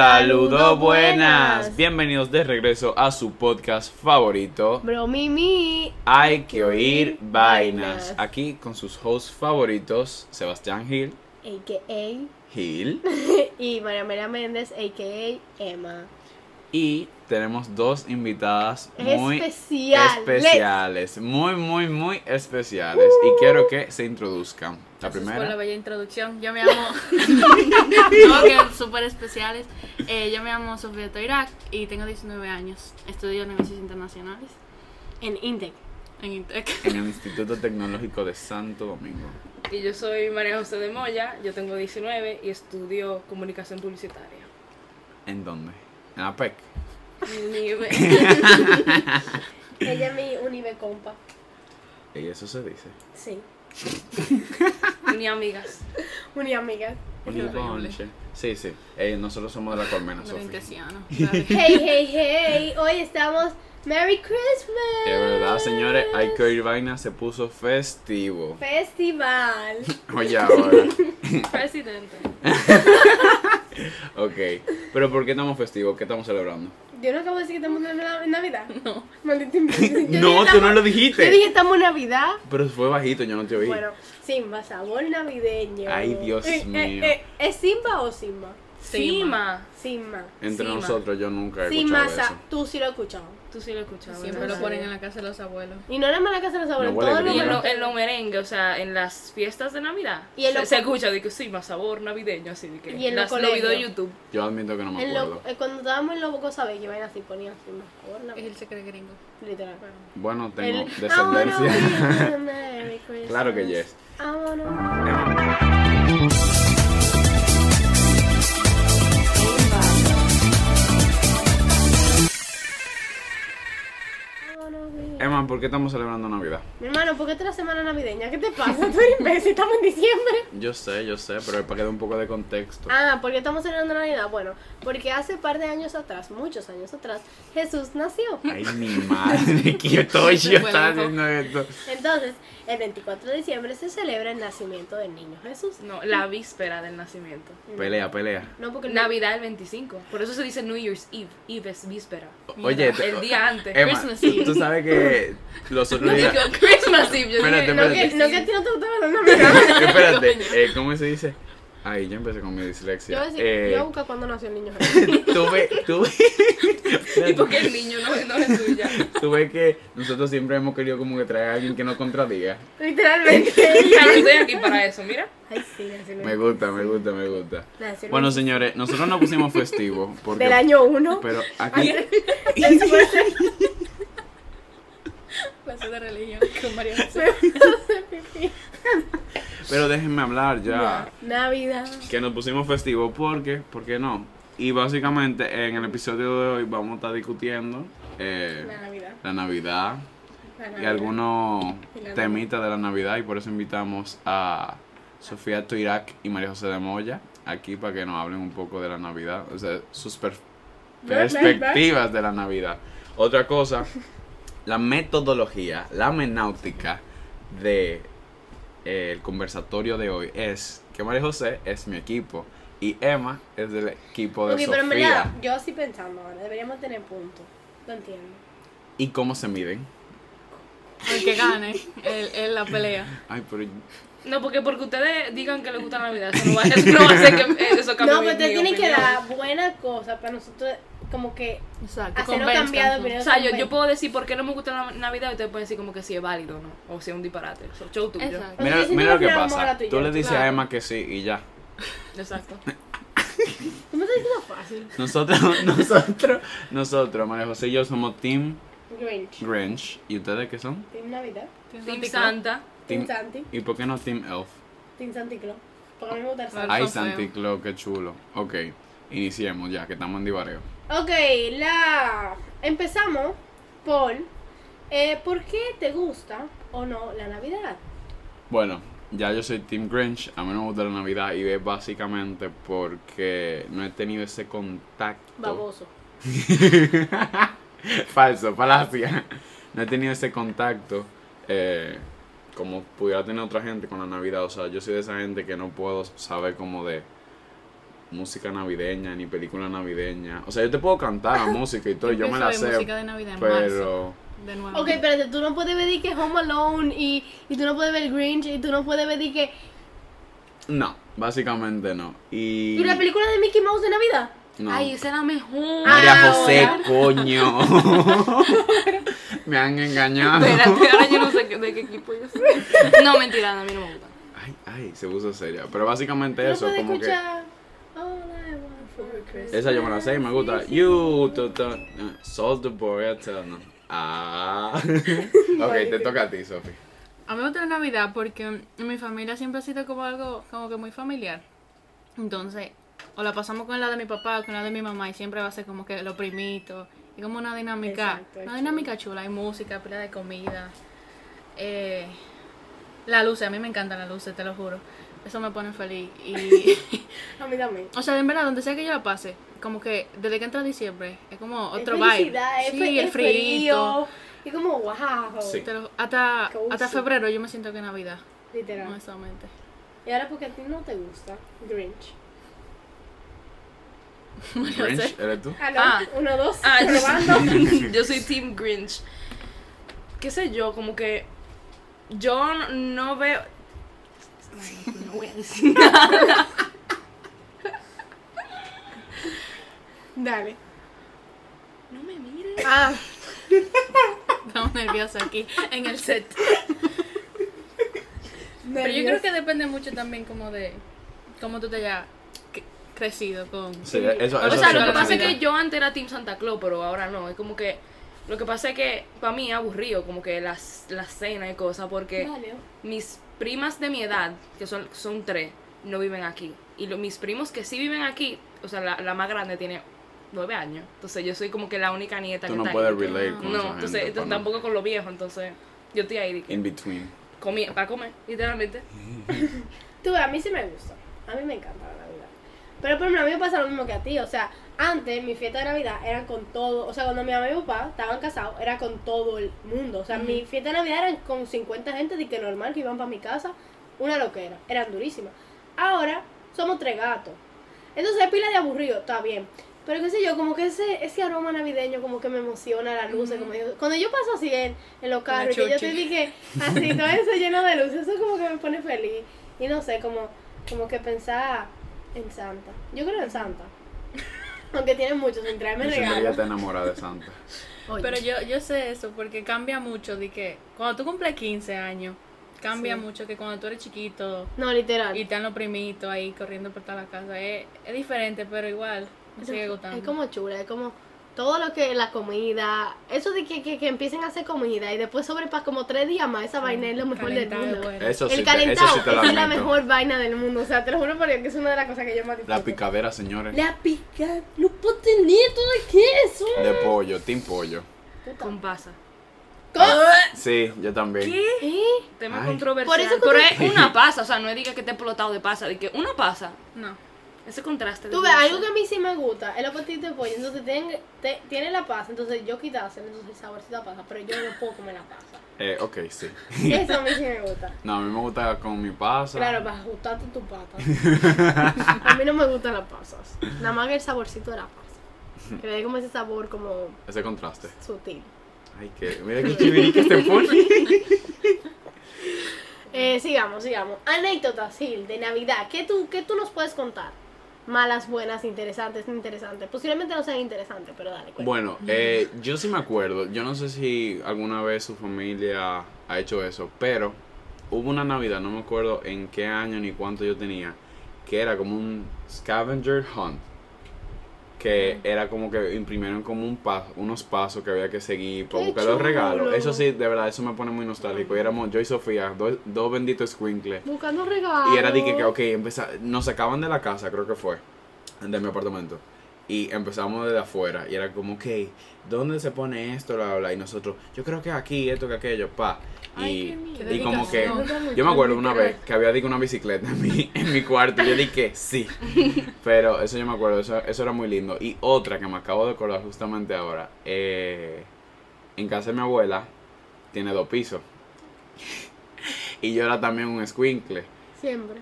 Saludos buenas. Bienvenidos de regreso a su podcast favorito. Bro, Mimi. Hay que oír vainas. Aquí con sus hosts favoritos, Sebastián Gil. AKA. Gil. Y María Mera Méndez, AKA Emma. Y tenemos dos invitadas muy Especiales. especiales. Muy, muy, muy especiales. Y quiero que se introduzcan. La Gracias por la primera. bella introducción. Yo me llamo. no, que súper especiales. Eh, yo me llamo Sofía Toirac y tengo 19 años. Estudio negocios internacionales En Intec. en Intec. En el Instituto Tecnológico de Santo Domingo. Y yo soy María José de Moya, yo tengo 19 y estudio comunicación publicitaria. ¿En dónde? En E APEC. Ni me- Ella es mi unive compa. Y eso se dice. Sí. Ni amigas. Uni amiga. horrible. Sí, sí. Eh, nosotros somos de la colmena, Sofía. Orientación. Hey, hey, hey. Hoy estamos. ¡Merry Christmas! De verdad, señores, hay que oír vaina, se puso festivo. Festival. Oye, ahora. Presidente. Ok. Pero ¿por qué estamos festivos? ¿Qué estamos celebrando? Yo no acabo de decir que estamos en la- en Navidad. No. Maldito imbécil. Yo dije No, tú estamos- no lo Yo dije dijiste. estamos en Navidad. Pero fue bajito, yo no te oí. Bueno, Simba, sabor navideño. Eh, Ay, Dios mío. ¿Es Simba o Simba? Sima. Simba. Entre sí, ma. nosotros yo nunca he Simba, escuchado eso. sa- tú sí lo has escuchado. Tú sí lo escuchabas. Siempre lo ¿verdad? ponen en la casa de los abuelos. Y no nada más en la casa de los abuelos, No en huele todos los Y en bien. lugares. los en lo merengue, o sea, en las fiestas de Navidad. Y en se, lo- se escucha de que sí, más sabor navideño, así de que. Y en lo las lo videos de colegio. YouTube. Yo admito que no me En lo- acuerdo. eh, cuando estábamos en Lobo sabes que iban así, ponían Simba, sabor Él navideño. se cree gringo. Literal. Bueno, tengo El- I wanna descendencia. wish you a Merry Christmas. Claro que yes. I wanna- I wanna wish- Emma, ¿por qué estamos celebrando Navidad? Mi hermano, ¿por qué esta es la semana navideña? ¿Qué te pasa? Tú eres imbécil, estamos en diciembre. Yo sé, yo sé, pero es para que dé un poco de contexto. Ah, ¿por qué estamos celebrando Navidad? Bueno, porque hace par de años atrás, muchos años atrás, Jesús nació. Ay, mi madre, que estoy yo Bueno, estaba hijo. haciendo esto. Entonces, el 24 de diciembre se celebra el nacimiento del niño Jesús. No, la víspera del nacimiento. Pelea, pelea. No, porque Navidad el 25. Por eso se dice New Year's Eve. Eve es víspera. Oye, te- eh, El día antes. Emma, Christmas tú, Eve. tú sabes que los otros días. Digo, Christmas Eve. Yo Espérate, dije, No, que, no que a ti no te gusta la Navidad. Espérate, eh, ¿cómo se dice? Ay, yo empecé con mi Yo dislexia. voy a decir, Eh, yo voy a buscar cuándo nació el niño Jesús. tuve, tuve, ¿Y por qué el niño no, no es suya? tuve que nosotros siempre hemos querido como que traer a alguien que nos contradiga. Literalmente. Claro, estoy aquí para eso, mira. Ay, sí, nació el Me niño. gusta, me gusta, me gusta. Nació el Bueno, niño. señores, nosotros nos pusimos festivo porque Del año 1. pero aquí Clase de religión con María José. pero déjenme hablar ya. Navidad. Que nos pusimos festivo porque, ¿por qué no? Y básicamente en el episodio de hoy vamos a estar discutiendo eh, La Navidad. la Navidad, La y Navidad. algunos Y la temitas de la Navidad y por eso invitamos a Sofía Toirac y María José de Moya aquí para que nos hablen un poco de la Navidad, o sea, sus per- Ver, ver, ver. perspectivas de la Navidad. Otra cosa, la metodología, la menáutica de eh, el conversatorio de hoy es que María José es mi equipo y Emma es del equipo de Ok, Sofía. pero en verdad, yo así pensando ahora, deberíamos tener puntos. No entiendo. ¿Y cómo se miden? El que gane, él, él la pelea. Ay, pero Pues No, porque porque ustedes digan que les gusta Navidad, eso no va, eso no va a hacer que eh, eso cambie No, mi- pues pero te mi tienen que opinión. dar buena cosa para nosotros, como que Exacto. hacerlo convenzcan. cambiar de opinión. O sea, yo, yo puedo decir por qué no me gusta la Navidad y ustedes pueden decir como que si es válido o no, o si es un disparate. Eso, show tuyo. Exacto. Mira, Entonces, si mira tú lo que eres una pasa. mala tuya, Tú le dices a claro. Emma que sí y ya. Exacto. Tú me estás diciendo fácil. Nosotros, nosotros, nosotros, María José y yo somos Team Grinch. Grinch. ¿Y ustedes qué son? Team Navidad. Team Santa. Team Team- Santi. ¿Y por qué no Team Elf? Team Santi Claus. Porque a mí me gusta el Santi. Claro. Ay, son Santi Claus, qué chulo. Ok, iniciemos ya, que estamos en divareo. Ok, la. Empezamos por. eh, ¿Por qué te gusta o no la Navidad? Bueno, ya yo soy Team Grinch. A mí no me gusta la Navidad y es básicamente porque no he tenido ese contacto. Baboso. Falso, palacia. No he tenido ese contacto eh, como pudiera tener otra gente con la Navidad. O sea, yo soy de esa gente que no puedo saber como de música navideña, ni película navideña. O sea, yo te puedo cantar música y todo, yo me la Empiezo a ver sé. música de Navidad en marzo, Pero. de nuevo. Ok, espérate, tú no puedes ver di que Home Alone y, y tú no puedes ver el Grinch y tú no puedes ver di que... No, básicamente no. Y. ¿Y la película de Mickey Mouse de Navidad? No. Ay, esa es la mejor. María Ah, José, ahora. coño. me han engañado. Espérate, ahora yo no sé qué- de qué equipo yo soy. No, mentira, a mí no me gusta. Ay, ay, se puso seria. Pero básicamente Tú no eso, puedes como escuchar... All I want for Christmas. que. Esa yo me la sé y me gusta. is You, to, to, Salt the boy, I tell no. Ah. ok, te toca a ti, Sofi. A mí me gusta la Navidad porque en mi familia siempre ha sido como algo como que muy familiar. Entonces, o la pasamos con la de mi papá o con la de mi mamá y siempre va a ser como que los primitos. Y como una dinámica, Exacto, una chulo. dinámica chula. Hay música, pila de comida. Eh, la luz, a mí me encantan las luces, te lo juro. Eso me pone feliz. Y, A mí también. o sea, en verdad, donde sea que yo la pase, como que desde que entra diciembre, es como Es otro vibe. felicidad, es Sí, fe- el es frío. frío. Y como, wow. Sí. Te lo- hasta, Cozy. hasta febrero yo me siento que es Navidad, Literal. honestamente. Y ahora porque a ti no te gusta Grinch. Grinch, ¿eres tú? Aló, Ah. uno, dos, Ah, yo probando. soy, yo soy Team Grinch. ¿Qué sé yo? Como que yo no- no veo. Ay, No voy a decir nada. Dale. No me mires. Ah, Estamos nerviosos aquí en el set. Pero yo creo nervios. que depende mucho también como de cómo tú te hayas cre- crecido con... Sí, eso, eso O sea, lo siempre que pasa es me- que yo antes era Team Santa Claus, pero ahora no. Es como que. Lo que pasa es que para mí es aburrido, como que las, la cena y cosas, porque Dale. mis primas de mi edad, que son, son tres, no viven aquí. Y lo- mis primos que sí viven aquí, o sea, la, la más grande tiene nueve años. Entonces yo soy como que la única nieta Tú que no está puedes aquí. relate No, con No, esa entonces gente, entonces pana. tampoco con los viejos, entonces yo estoy ahí de que In between. comí- para comer, literalmente. Tú, ves, a mí sí me gusta. A mí me encanta la Navidad. Pero por ejemplo, a mí me pasa lo mismo que a ti. O sea, antes mi fiesta de Navidad eran con todo. O sea, cuando mi mamá y mi papá estaban casados, era con todo el mundo. O sea, mi fiesta de Navidad eran con 50 gente de que normal que iban para mi casa. Una loquera. Eran durísimas. Ahora somos tres gatos. Entonces es pila de aburrido, está bien. Pero qué sé yo, como que ese, ese aroma navideño como que me emociona, las luces, como yo- cuando yo paso así eh, en, en los carros, y que yo te chochi. dije así, todo eso lleno de luces, eso como que me pone feliz. Y no sé, como, como que pensar en Santa. Yo creo en Santa. Aunque tiene muchos, sin traerme Yo siempre ya regalos. te enamorada de Santa. Pero yo, yo sé eso porque cambia mucho de que cuando tú cumples 15 años, cambia Sí. mucho que cuando tú eres chiquito No, literal. y están los primitos ahí corriendo por toda la casa. Es, es diferente, pero igual me sigue gustando. Es como chula, es como todo lo que la comida, eso de que, que, que empiecen a hacer comida y después sobre para como tres días más, esa vaina es lo mejor del Calentado, mundo. bueno. Eso sí, El te, eso calentado sí te esa es la lamento. mejor vaina del mundo. O sea, te lo juro por Dios que es una de las cosas que yo más disfruto. La picadera, señores. La pica. No puedo tener todo aquí eso. De pollo, team pollo. Con pasa. Sí, yo también. ¿Eh? Tema Ay. controversial. Por eso pero cuando- es una pasa, o sea, no digas que te he explotado de pasa, de que una pasa. No. Ese contraste. de Tú ves, dulce. algo que a mí sí me gusta es los patitos de pollo. Entonces tienen, te- tiene la pasa. Entonces yo quitarse, entonces el saborcito a pasa. Pero yo no puedo comer la pasa. Eh, ok, sí. Eso a mí sí me gusta. No, a mí me gusta con mi pasa. Claro, para ajustarte tu pata. A mí no me gustan las pasas. Nada más que el saborcito de la pasa. Que le dé como ese sabor como Ese contraste. sutil. Ay, que. Mira qué chivirí que este poli. Eh, sigamos, sigamos. Anécdotas, Gil, de Navidad. ¿Qué tú, ¿Qué tú nos puedes contar? Malas, buenas, interesantes, no interesantes. Posiblemente no sean interesantes, pero dale. cuenta. Bueno, eh, yo sí me acuerdo. Yo no sé si alguna vez su familia ha hecho eso, pero hubo una Navidad, no me acuerdo en qué año ni cuánto yo tenía, que era como un scavenger hunt. Que Mm. era como que imprimieron como un paso, unos pasos que había que seguir para ¡Qué buscar los regalos. chulo! Eso sí, de verdad, eso me pone muy nostálgico. Y éramos yo y Sofía, dos, dos benditos squinkles. Buscando regalos. Y era de que, que, ok, empeza- nos sacaban de la casa, creo que fue, de mi apartamento. Y empezamos desde afuera. Y era como, ok, ¿dónde se pone esto? Bla, bla, bla. Y nosotros, yo creo que aquí, esto, que aquello, pa. Y, qué y lindo. como que, Qué yo me acuerdo una vez que había digo, una bicicleta en mi, en mi cuarto. Y yo dije, sí. Pero eso yo me acuerdo, eso, eso era muy lindo. Y otra que me acabo de acordar justamente ahora. eh, en casa de mi abuela, tiene dos pisos. Y yo era también un squinkle. Siempre.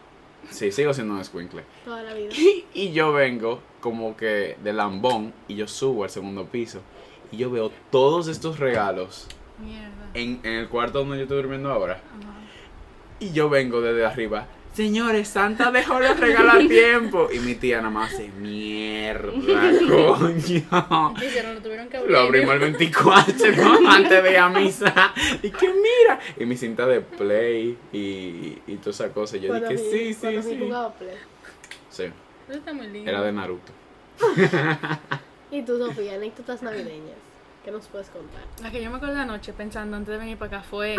Sí, sigo siendo un escuincle. toda la vida. Y yo vengo como que de lambón y yo subo al segundo piso y yo veo todos estos regalos Mierda. en, en el cuarto donde yo estoy durmiendo ahora. Ajá. Y yo vengo desde arriba. Señores, Santa dejó los regalos a tiempo. Y mi tía nada más hace mierda, coño. ¿Qué hicieron? Lo tuvieron que Lo abrimos el 24 antes de ir a misa. Y que mira. Y mi cinta de play y, y toda esa cosa. Y yo Cuando dije, mi- sí, sí, cuando mi sí. jugaba Play. Sí, Eso está muy lindo. era de Naruto. Y tú, Sofía, anécdotas navideñas. ¿Qué nos puedes contar? La que yo me acuerdo anoche pensando antes de venir para acá fue,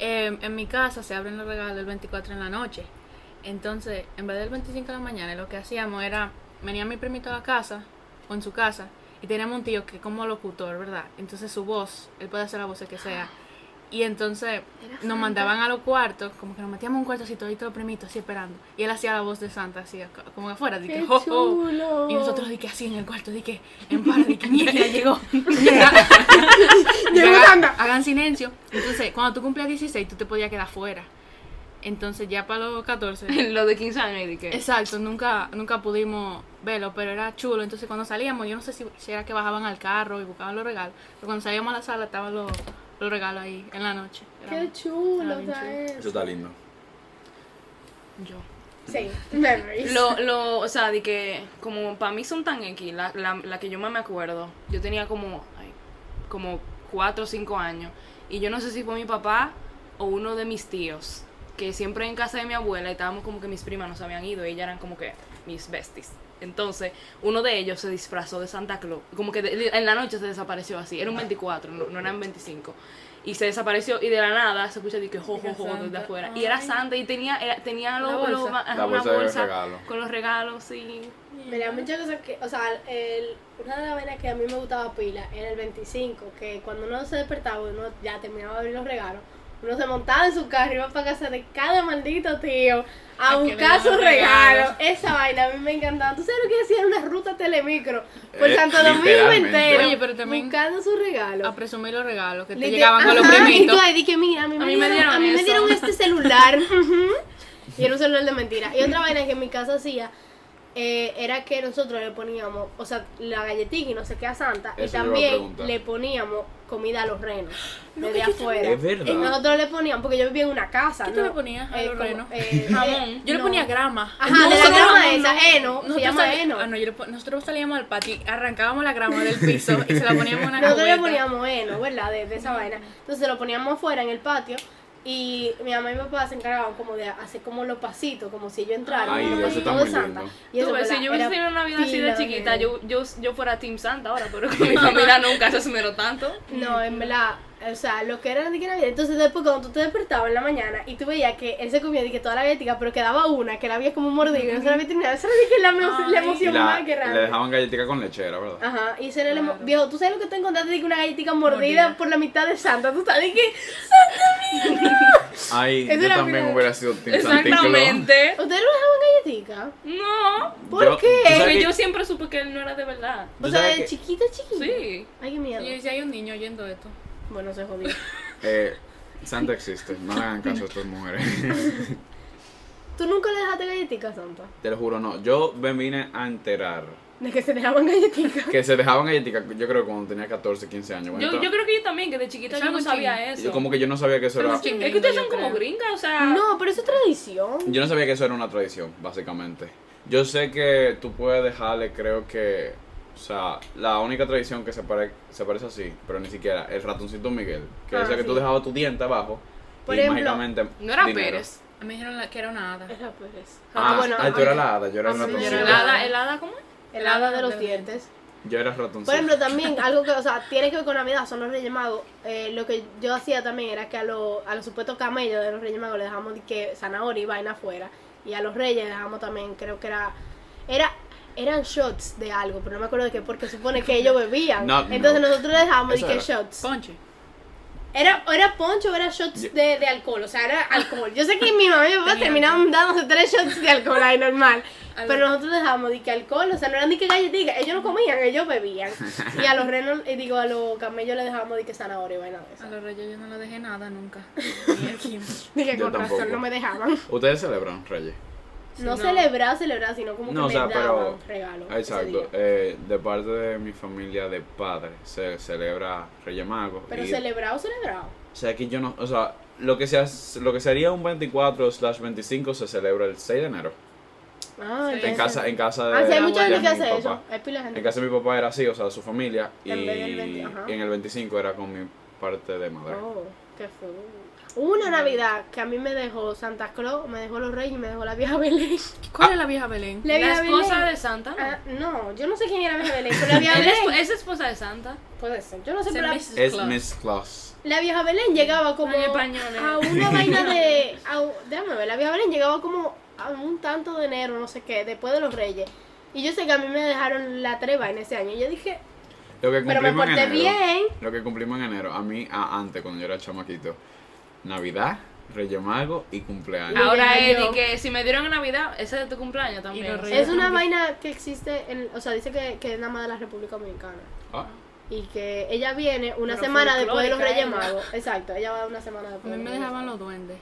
eh, en mi casa se abren los regalos el 24 en la noche. Entonces, en vez del 25 de la mañana, lo que hacíamos era, venía mi primito a la casa, o en su casa, y teníamos un tío que como locutor, ¿verdad? Entonces su voz, él puede hacer la voz que sea. Y entonces nos mandaban a los cuartos, como que nos metíamos en un cuarto así, todito los primitos, así esperando. Y él hacía la voz de Santa, así, ac- como que afuera, de que, oh, "Oh, "Jo, jo". chulo! Y nosotros di que así en el cuarto, di que en par, di que mierda, ya llegó. Llegó Hagan- Santa. Hagan silencio. Entonces, cuando tú cumplías 16, tú te podías quedar fuera. Entonces, ya para los 14. Lo de 15 años y de que. Exacto, nunca, nunca pudimos verlo, pero era chulo. Entonces, cuando salíamos, yo no sé si, si era que bajaban al carro y buscaban los regalos, pero cuando salíamos a la sala estaban los, los regalos ahí en la noche. Era ¡Qué chulo! Era Ah, bien ¿sabes? Eso está lindo. yo. Sí, memories. Lo, lo, o sea, de que, como para mí son tan X, la, la, la que yo más me acuerdo, yo tenía como, ay, como 4 o 5 años, y yo no sé si fue mi papá o uno de mis tíos, que siempre en casa de mi abuela, y estábamos como que mis primas nos habían ido, y ellas eran como que mis besties. Entonces, uno de ellos se disfrazó de Santa Claus, como que de- en la noche se desapareció así, era un 24, no, no eran 25. Y se desapareció y de la nada se escucha de que jo, jo, jo, desde Santa. afuera. Y era Ay. Santa y tenía, era- tenía La lo- bolsa. lo- La una bolsa de regalo. con los regalos, sí. Mira, muchas cosas que, o sea, el- una de las vainas que a mí me gustaba pila era el 25, que cuando uno se despertaba, uno ya terminaba de abrir los regalos, uno se montaba en su carro y iba para casa de cada maldito tío a A que buscar le daban sus regalos. regalos. Esa vaina a mí me encantaba. ¿Tú sabes lo que decía? Una ruta telemicro por Eh, Santo Domingo literalmente. entero, Oye, pero también- buscando sus regalos. A presumir los regalos que te Liter- llegaban con los Ajá, Y primitos. tú ahí dije, mira, a mí, me, dieron, a mí me eso. dieron este celular. ujú, y era un celular de mentira. Y otra vaina que en mi casa hacía eh, era que nosotros le poníamos, o sea, la galletita y no sé qué a Santa. y Eso te iba a también preguntar. le poníamos comida a los renos. Desde afuera. Es verdad. Y nosotros le poníamos, porque yo vivía en una casa. ¿Qué tú ¿no? le ponías a los como, renos? eh, eh, Jamón. Yo le no. ponía grama. Ajá, de la Nosotros- grama no, no. esa, heno. Se Nosotros llama sali- heno. Ah, no, yo le pon- nosotros salíamos al patio, y arrancábamos la grama del piso y se la poníamos en una Nosotros le cubeta. poníamos heno, ¿verdad? De, de esa vaina. Entonces lo poníamos afuera en el patio y mi mamá y mi papá se encargaban como de hacer como los pasitos, como si yo entrara. Ay, como eso los está pasitos muy de lindo. Y eso, Tú ves, ¿verdad? si yo hubiese Era eh. tenido una vida así de pila chiquita, gente. yo, yo, yo fuera Team Santa ahora, pero con mi familia nunca se esmeró tanto. No, en verdad, o sea, lo que era de que Navidad. Entonces después cuando tú te despertabas en la mañana y tú veías que él se comía de que toda la galletica, pero quedaba una, que la había como mordido y no se la había terminado. Esa era de que la, emo- la Ay. Y emoción la- más Ah. le grande. dejaban galletica con lechera, ¿verdad? Ajá, y ese era el emo- Claro. Viejo, ¿tú sabes lo que te encontraste de que una galletica mordida, Mordida. por la mitad de Santa? ¿Tú sabes que Ay, Eso yo era también verdad. hubiera sido Team Santiclo. Exactamente. ¿Ustedes no dejaban galletica? No. ¿Por Yo- qué? ¿tú sabes Porque que- yo siempre supe que él no era de verdad. tú O sea, sabes de que- chiquita, chiquita. Sí. Ay, qué miedo. Y yo decía, hay un niño oyendo esto. Bueno, se jodió. Eh, Santa existe, no le hagan caso a estas mujeres. ¿Tú nunca le dejaste galletitas, Santa? Te lo juro, no. Yo me vine a enterar De que se dejaban galletitas. que se dejaban galletica, yo creo que cuando tenía 14, 15 años. Bueno, Yo, yo entonces, creo que yo también, que de chiquita Eso yo es no muy sabía ching. eso. como que yo no sabía que eso Pero era. es que- Es que ustedes Yo son como creo. gringas, o sea. No, pero eso es tradición. Yo no sabía que eso era una tradición, básicamente. Yo sé que tú puedes dejarle, creo que. O sea, la única tradición que se, pare- se parece así, pero ni siquiera, el ratoncito Miguel. Que Ah, decía que tú sí. dejabas tu diente abajo Por y ejemplo, mágicamente. No era dinero. Pérez. A mí me dijeron la- que era una hada. Era pues. Ah, Ah, bueno. ay, tú eras ok. la hada, yo era el Ah, sí, yo ratoncito. era El la- hada, el hada, ¿cómo? es? El hada de los dientes. Yo era el ratoncito. Por ejemplo, también algo que, o sea, tiene que ver con Navidad, son los Reyes Magos. Eh, lo que yo hacía también era que a, los a los supuestos camellos de los Reyes Magos le dejamos de que zanahoria y vaina afuera. Y a los Reyes le dejamos también, creo que era. era eran shots de algo, pero no me acuerdo de qué, porque supone que ellos bebían. No, Entonces no. nosotros le dejamos de Eso que era. shots. Ponche. Era, o era poncho o era shots Yo- de, de alcohol, o sea, era alcohol. Yo sé que mi mamá y mi papá Tenía terminaban dándose tres shots de alcohol ahí normal. Algo. Pero nosotros dejábamos de que alcohol, o sea, no eran ni que galletitas, ellos no comían, ellos bebían. Y a los renos, eh, digo, a los camellos le dejábamos de que zanahoria y vaina de A esa. los reyes yo no le dejé nada nunca. Ni aquí. Dije, Yo con razón tampoco. no me dejaban. Ustedes celebran Reyes. No Sí, no. celebrar, celebrar, sino como que No, o me sea, pero- daban regalo. ese Exacto, día. eh, de parte de mi familia de padre se celebra Reyes Magos. Pero y- celebrado, celebrado. O sea, que yo no, o sea, lo que, se hace- lo que sería un 24 slash 25 se celebra el 6 de enero. Ah, Sí. entonces- En casa, en casa de Ah, sí, hay mucha de gente que mi hace eso. papá. Hay pila de gente. En casa de mi papá era así, o sea, su familia. Y En vez del 20, ajá. y en el 25 era con mi parte de madre. Oh, qué feo. Hubo una Navidad que a mí me dejó Santa Claus, me dejó los Reyes y me dejó la vieja Belén. ¿Cuál es la vieja Belén? La La vieja esposa Belén. de Santa. ¿no? Ah, no, yo no sé quién era la vieja Belén, pero la vieja Él es, Belén. es esposa de Santa. Puede ser, yo no sé, Se pero la, me- Es Claus. Miss Claus. la vieja Belén llegaba como En español, a eh. una vaina de. a un- déjame ver, la vieja Belén llegaba como a un tanto de enero, no sé qué, después de los Reyes. Y yo sé que a mí me dejaron la treva en ese año. Y yo dije, Lo que pero me cumplimos en porté enero. bien. Lo que cumplimos en enero, a mí a- antes, cuando yo era chamaquito, Navidad, Reyes Magos y cumpleaños. Ah, Ahora Mira, yo- Eddie, que si me dieron en Navidad, ese es de tu cumpleaños también. los o sea. Reyes. Es una también. vaina que existe, en, o sea, dice que, que es nada más de la República Dominicana. Ah, Y que ella viene una Pero semana después de los folclórica, ¿eh? Reyes ella. Magos. Exacto, ella va una semana A después. mí de me Reyes dejaban Magos. los duendes.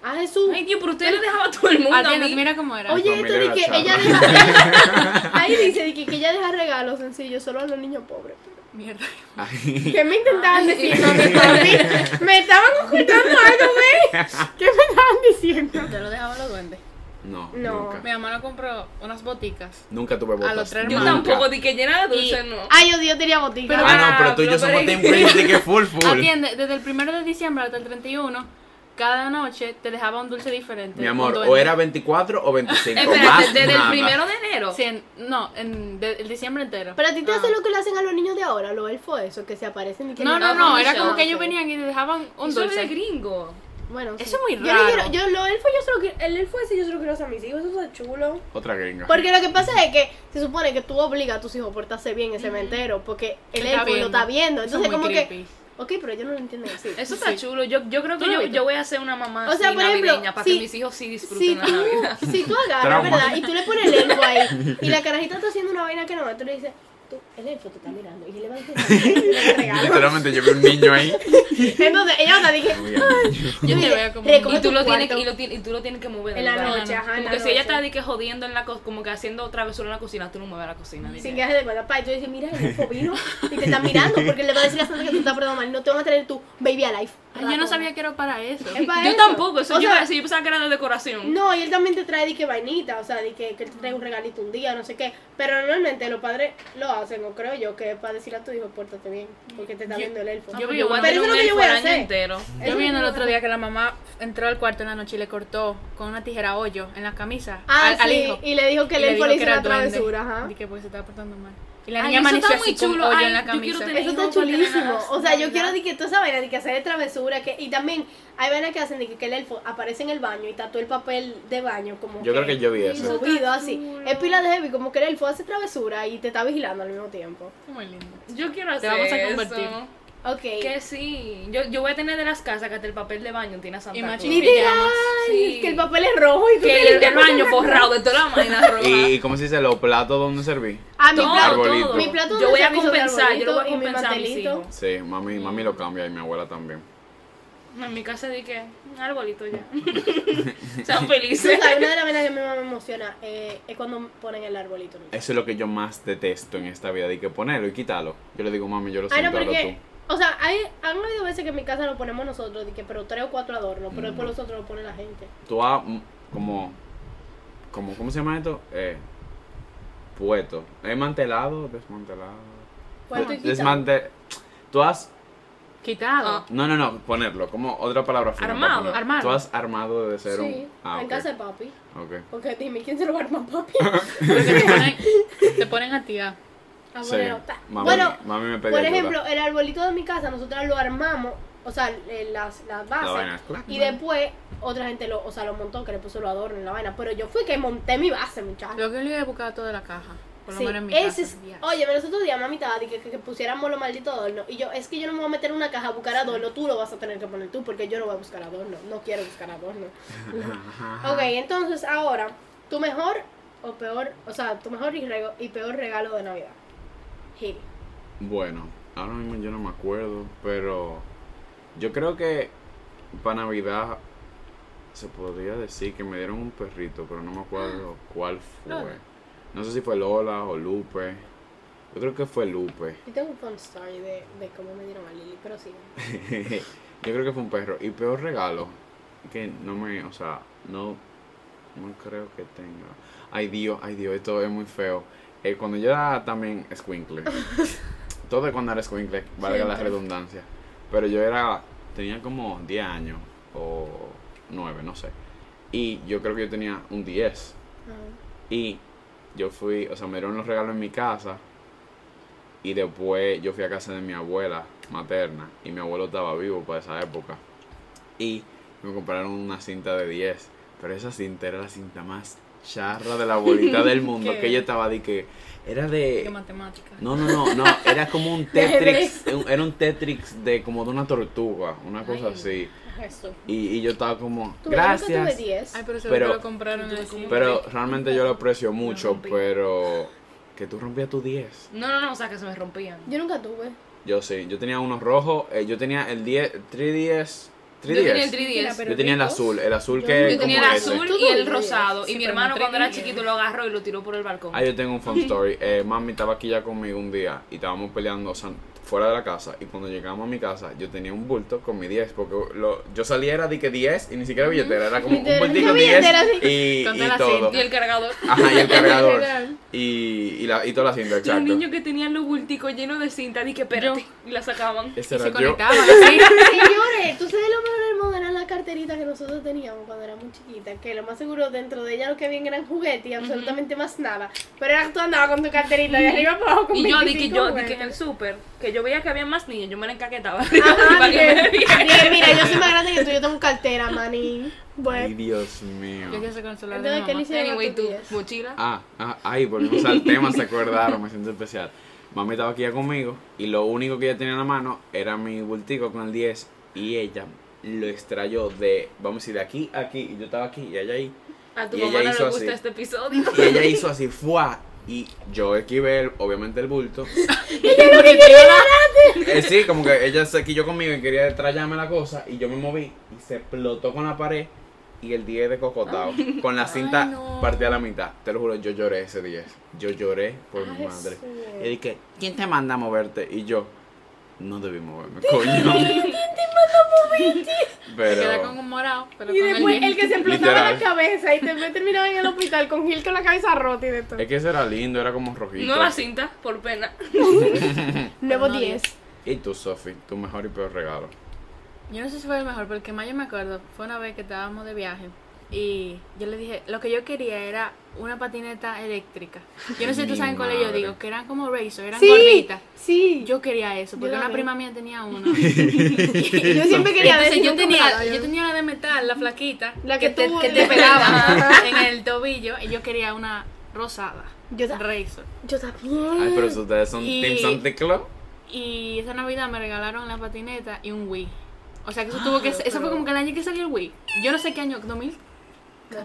Ah, Jesús. Ay, Dios, pero usted le dejaba a todo el mundo. Ah, a tienes, mí. mira cómo era. Ay, Oye, Mi esto familia de que era ella chava. deja. Ahí dice de que, que ella deja regalos sencillos solo a los niños pobres. Mierda. Ah. ay, ¿Qué me intentaban decir? No, me, estaban- me estaban ocultando algo, güey. ¿Qué me estaban diciendo? Yo lo dejaba a los duendes. no, No. Mi nunca. mamá lo compró unas boticas. Nunca tuve botas. los tres Yo Nunca. tampoco, di que llena de dulce, Y- no. Ay, yo, yo tenía botica. Ah, no, pero tú y yo Pero somos para- team Pretty que full full. Atiende, desde el 1 de diciembre hasta el 31, cada noche te dejaba un dulce diferente. Mi un amor, duende. o era 24 o 25. Espérate, más desde el nada. primero de enero. Sí, en- no, en de- el diciembre entero. Pero a ti te Ah. hacen lo que le hacen a los niños de ahora, los elfos, eso, que se aparecen y que No, le- no, Ah, no, un era dulce. como que ellos venían y te dejaban un Eso es de dulce. gringo. Bueno, Eso sí. es muy Yo no raro. quiero, yo lo elfo yo solo quiero, el elfo ese yo solo quiero hacer a mis hijos, eso es chulo. Otra gringa. Porque lo que pasa es que se supone que tú obligas a tus hijos a portarse bien en el cementerio, porque el Está elfo lo viendo. está viendo. Eso es Entonces muy como que, creepy. ok, pero ellos no lo entienden así. Eso está chulo. Yo, yo creo ¿Tú que lo yo, viste? yo voy a ser una mamá O sea, así por ejemplo, navideña para si- que mis hijos sí disfruten Si la tú, Navidad. si tú agarras, Trauma. ¿verdad? Y tú le pones el elfo ahí, y la carajita está haciendo una vaina que no, tú le dices, tú, el elfo te está mirando, y le va a decir, "Le regalo". Literalmente yo vi un niño ahí. Entonces ella va a dije, Muy bien. Yo te dije, veo como- recoge Y tú, tu lo tienes, cuarto y, lo, ti- y tú lo tienes que mover. en la ¿verdad? noche, ajá, en Como la que si ella noche. está de que jodiendo en la co- como que haciendo travesura en la cocina, tú no mueves la cocina. Sin que diría. hagas de cuenta, pa, y tú dices, mira, el elfo vino y te está mirando porque le va a decir a Santa que tú estás perdón mal y no te van a tener tu baby alive. Ay, yo no sabía que era para eso. Es para Yo eso. tampoco, O eso yo iba a sea, decir, yo pensaba que era de decoración. No, y él también te trae de que vainita, o sea, de que, que él te trae un regalito un día, no sé qué. Pero normalmente los padres lo hacen, o creo yo, que es para decir a tu hijo, pórtate bien, porque te está Yo- viendo el elfo. yo vi voy a Pero tener eso es un lo que yo voy elfo a el año hacer. entero. Eso Yo vi en el no- otro día que la mamá entró al cuarto en la noche y le cortó con una tijera hoyo en la camisa Ah, al, al sí, hijo. y le dijo que el le elfo dijo le que hizo era la duende. travesura, ajá. Y que pues se estaba portando mal. Y la Ay, niña eso está amaneció así muy con un chulo. hoyo Ay, en la yo quiero camisa. tener- Eso está No, porque chulísimo. nada, O sea, yo nada. quiero de que toda esa vaina de que hacer de travesura, que, y también hay vainas que hacen de que, que el elfo aparece en el baño y tatúa el papel de baño como Yo creo que yo vi eso. movido así. Es pila de heavy, como que el elfo hace travesura y te está vigilando al mismo tiempo. Muy lindo. Yo quiero Te hacer vamos a eso. convertir. Ok. Que sí. Yo, yo voy a tener de las casas que hasta el papel de baño tiene a Santa Y más Claus. chiquita. Literal, Sí. es que el papel es rojo y tú Que el, el baño forrado de toda la vaina roja. ¿Y cómo se dice? ¿Los platos donde serví? Ah, mi Todo, plato, Arbolito. todo. mi plato yo de voy a servicio de compensar, yo lo voy a arbolito y mi compensar a mis mantelito. hijos. Sí, mami, mami lo cambia y mi abuela también. No, En mi casa di que un arbolito ya. Sean Tú felices. sabes, una de las vainas que a mí más me emociona eh, es cuando ponen el arbolito. ¿no? Eso es lo que yo más detesto en esta vida. Hay que ponerlo y quitarlo. Yo le digo, mami, yo lo Ay, siento, Ah, no, hazlo porque. tú. O sea, hay, han habido veces que en mi casa lo ponemos nosotros, de que, pero tres o cuatro adornos, pero después los otros lo pone la gente. Tú has mm, como, como, ¿cómo se llama esto? Eh, puesto. ¿Es mantelado? ¿Desmantelado? Puesto y Des- quitado. desmante- Tú has, Ah. Quitado. no, no, no, ponerlo, como otra palabra fina para Armado, poner. armado. Tú has armado de Sí, ser un... Ah, en ok, casa de papi. ok. Porque dime, ¿quién se lo va a armar, papi? Porque te ponen, te ponen a tirar. Ah, Sí, bueno, ta- mami, bueno, mami me pedía por ayuda. ejemplo, el arbolito de mi casa, nosotras lo armamos, o sea, eh, las, las La bases. vaina. Y después otra gente lo, o sea, lo montó, que le puso los adornos en la vaina. Pero yo fui que monté mi base, muchachos. Lo que yo le iba a buscar todo de la caja. Por lo Sí, menos en mi ese casa. es, oye, pero los otros días mami estaba de que, que, que pusiéramos los malditos adornos. Y yo, es que yo no me voy a meter en una caja a buscar adorno, tú lo vas a tener que poner tú, porque yo no voy a buscar adorno. No quiero buscar adorno. ok, entonces ahora, tu mejor o peor, o sea, tu mejor y, rego- y peor regalo de Navidad. Gil. Bueno, ahora mismo yo no me acuerdo, pero yo creo que para Navidad se podría decir que me dieron un perrito, pero no me acuerdo cuál fue. No sé si fue Lola o Lupe. Yo creo que fue Lupe. Yo tengo un fun story de, de cómo me dieron a Lily, pero sí. Yo creo que fue un perro. Y peor regalo, que no me, o sea, no, no creo que tenga. Ay Dios, ay Dios, esto es muy feo. Eh, cuando yo era también squinkle, todo es cuando era squinkle, valga la Siempre. redundancia. Pero yo era, tenía como 10 años o 9, no sé. Y yo creo que yo tenía un 10. Y yo fui, o sea, me dieron los regalos en mi casa. Y después yo fui a casa de mi abuela materna. Y mi abuelo estaba vivo para esa época. Y me compraron una cinta de 10. Pero esa cinta era la cinta más charra de la abuelita del mundo. ¿Qué? Que yo estaba de que. Era de. Que matemática. Eh, No, no, no, no, era como un Tetris, un- era un Tetris de como de una tortuga, una cosa Ay. así. Eso. Y, y yo estaba como, Tuve, Yo nunca gracias. tuve 10. Ay, pero se Pero- lo compraron así. Pero realmente yo lo aprecio mucho, rompí. pero que tú rompías tu 10. No, no, no, o sea, que se me rompían. Yo nunca tuve. Yo sí, yo tenía unos rojos, eh, yo tenía el 10, 310, Yo tenía 310. el 3DS. Yo tenía el ricos. azul, el azul Yo- que Yo como tenía el ese. azul Tú y el tenías. rosado. Y Sí, mi pero hermano no cuando era tenía. chiquito lo agarró y lo tiró por el balcón. Ah, yo tengo un fun story. Eh, mami estaba aquí ya conmigo un día y estábamos peleando o sea, fuera de la casa. Y cuando llegamos a mi casa, yo tenía un bulto con mi 10. Porque lo- yo salía era de que 10 y ni siquiera billetera. Era como un Literal, bultico una 10 billetera así. y, Con y toda la todo. Y el cargador. Ajá, y el cargador. Literal. y, y, la, y toda la cinta, Los exacto. niños que tenían los bulticos llenos de cinta, dije, espérate, y la sacaban. Ese Y era se yo. conectaban así. Señores, tú sabes lo mejor del mundo eran las carteritas que nosotros teníamos cuando éramos chiquitas, que lo más seguro dentro de ella lo que había eran juguetes y absolutamente más nada. Pero era que tú andabas con tu carterita de arriba para abajo con Y yo dije, 25 yo dije en el juguetes. súper, que yo veía que había más niñas, yo me la encaquetaba. Ajá, Para que dije, me vieran. dije, mira, yo soy más grande que tú, yo tengo cartera, manín. Ay, Bueno, Dios mío. Pues, Yo que se consolar Entonces, de ¿qué le mi mamá. hicieron a Anyway, tu tu 10? mochila. Ah, ah, ay, volvimos al tema, se acordaron, me siento especial. Mami estaba aquí ya conmigo y lo único que ella tenía en la mano era mi bultico con el 10 y ella lo extrayó de, vamos a decir, de aquí a aquí y yo estaba aquí y ella ahí. A tu Y mamá ella no le hizo gusta así. este episodio. Y ella hizo así, fuá. Y yo esquivé, el- obviamente, el bulto. Eh, sí, como que ella se quilló conmigo y quería trayarme la cosa y yo me moví y se explotó con la pared y el 10 de cocotado. Con la cinta Ay, no. partida a la mitad. Te lo juro, yo lloré ese 10. Yo lloré por mi Ay, madre. sí. Y dije, ¿quién te manda a moverte? Y yo, no debí moverme, coño. Se queda con Pero un morado, pero Y con después el el que se explotaba la Literal. cabeza y después terminaba en el hospital con Gil con la cabeza rota y de todo. es que eso era lindo, era como rojito. Nueva cinta, por pena. Nuevo no, 10. Y tú, Sofi, tu mejor y peor regalo. Yo no sé si fue el mejor, pero el que más yo me acuerdo fue una vez que estábamos de viaje y yo le dije, lo que yo quería era una patineta eléctrica. Yo no sé si tú Mi sabes cuál es, yo madre. digo, que eran como racer, eran Sí, gorditas. sí. Yo quería eso, porque Yo la una vi. prima mía tenía una. Entonces Yo siempre quería decir yo un comparado, tenía, yo tenía la de metal, la flaquita, La que que, te, tú- que te pegaba en el tobillo y yo quería una rosada, Yo ta- racer. Yo también. Ay, pero si ustedes son Y- Team Santa Claus. Y esa Navidad me regalaron la patineta y un Wii. O sea que eso Ah, tuvo que ser- eso fue como que el año que salió el Wii. Yo no sé qué año,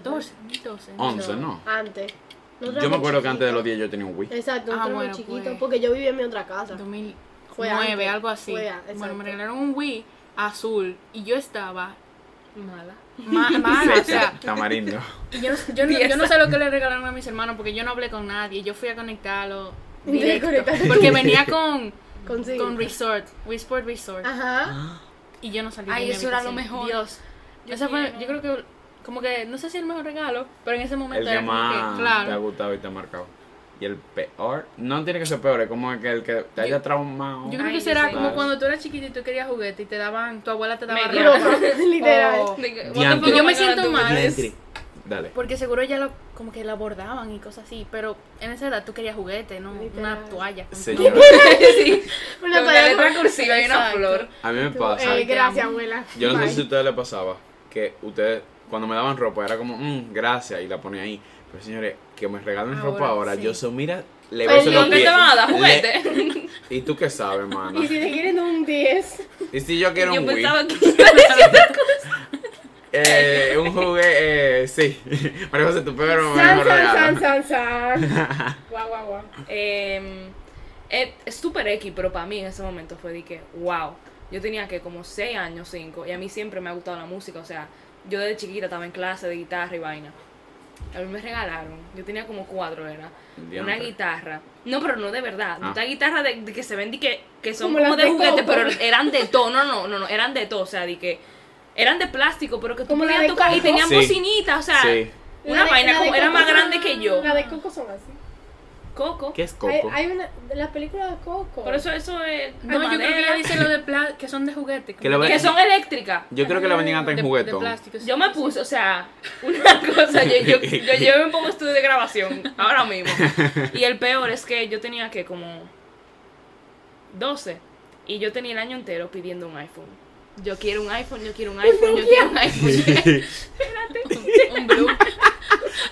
2014, 2012. no sé. 11, ¿no? Antes. Yo me acuerdo que antes de los 10 yo tenía un Wii. Exacto, Ah, nosotros éramos bueno, chiquitos pues. porque yo vivía en mi otra casa. 2009, antes, algo así. fue a- bueno, me exacto. regalaron un Wii azul y yo estaba Mala. ma- mala, Ah, o sea, Tamarindo. y yo, no- yo, no, yo no sé lo que le regalaron a mis hermanos porque yo no hablé con nadie, yo fui a conectarlo Y directo, desconectaste. porque venía con Consigo. con Resort, Wii Sport Resort Ajá. y yo no salí Ay, de mi eso era lo habitación. mejor. Dios. Yo Esa fue, quiero. yo creo que como que no sé si el mejor regalo, pero en ese El momento que era como más que te ha claro. gustado y te ha marcado. Y el peor, no tiene que ser peor, es como que el que te haya traumado. Yo creo Ay, que yo será sé. como cuando tú eras chiquita y tú querías juguete y te daban, tu abuela te daba Media. ropa. Literal. O- Dije, what the Diantre. fuck, Yo me ¿cómo siento tú? mal. Diantre. Dale. Porque seguro ya lo, como que lo abordaban y cosas así, pero en esa edad tú querías juguete, ¿no? Literal. Una toalla. con- Señora, Sí, Una con la tarea letra como- cursiva y una Exacto. flor. a mí me Tú, pasa. eh, gracias, abuela. Ah, Yo no sé Bye. si a ustedes les pasaba que ustedes, cuando me daban ropa, era como, "Mm, gracias, y la ponía ahí. Pero señores, que me regalen ropa Ahora, ahora, sí. yo soy, mira, le Pero beso yo los ¿Con qué pies. te van a dar? Le- ¿Juguete? ¿Y tú qué sabes, mano? Y si te quieren un 10. ¿Y si yo quiero Yo un Wii? pensaba que... Eh, un juguete, eh, sí. María José, tu peor o san, mejor san, san, regalo. san, san. Guau, guau, guau. Eh, eh, es súper X, pero para mí en ese momento fue de que, wow. Yo tenía que como 6 años, 5, y a mí siempre me ha gustado la música, o sea, yo desde chiquita estaba en clase de guitarra y vaina. A mí me regalaron, yo tenía como cuatro, era. Diantre. Una guitarra. No, pero no de verdad. Ah. No esta guitarra de, de que se ven de que, que son Como como, las de de juguete, Coco. pero eran de todo. No, no, no, no, eran de todo. O sea, de que eran de plástico, pero que tú Como la podías de tocar y Coco. tenían Sí. bocinitas. O sea, Sí. una de- vaina de como era Coco más son- grande que yo. La de Coco son así. Coco. ¿Qué es Coco? Hay, hay una. de Las películas de Coco. Por eso eso es. de No, yo creo que madera, ella dice lo de pla- que son de juguete. Que lo ve- que son eléctricas. Yo creo que la vendían hasta en de, de juguetón. plástico. sí. Yo me puse, o sea, una cosa, yo, yo, yo llevé un poco de estudio de grabación ahora mismo. Y el peor es que yo tenía que como 12 y yo tenía el año entero pidiendo un iPhone. Yo quiero un iPhone, yo quiero un iPhone, yo quiero un iPhone. Espérate, un blue.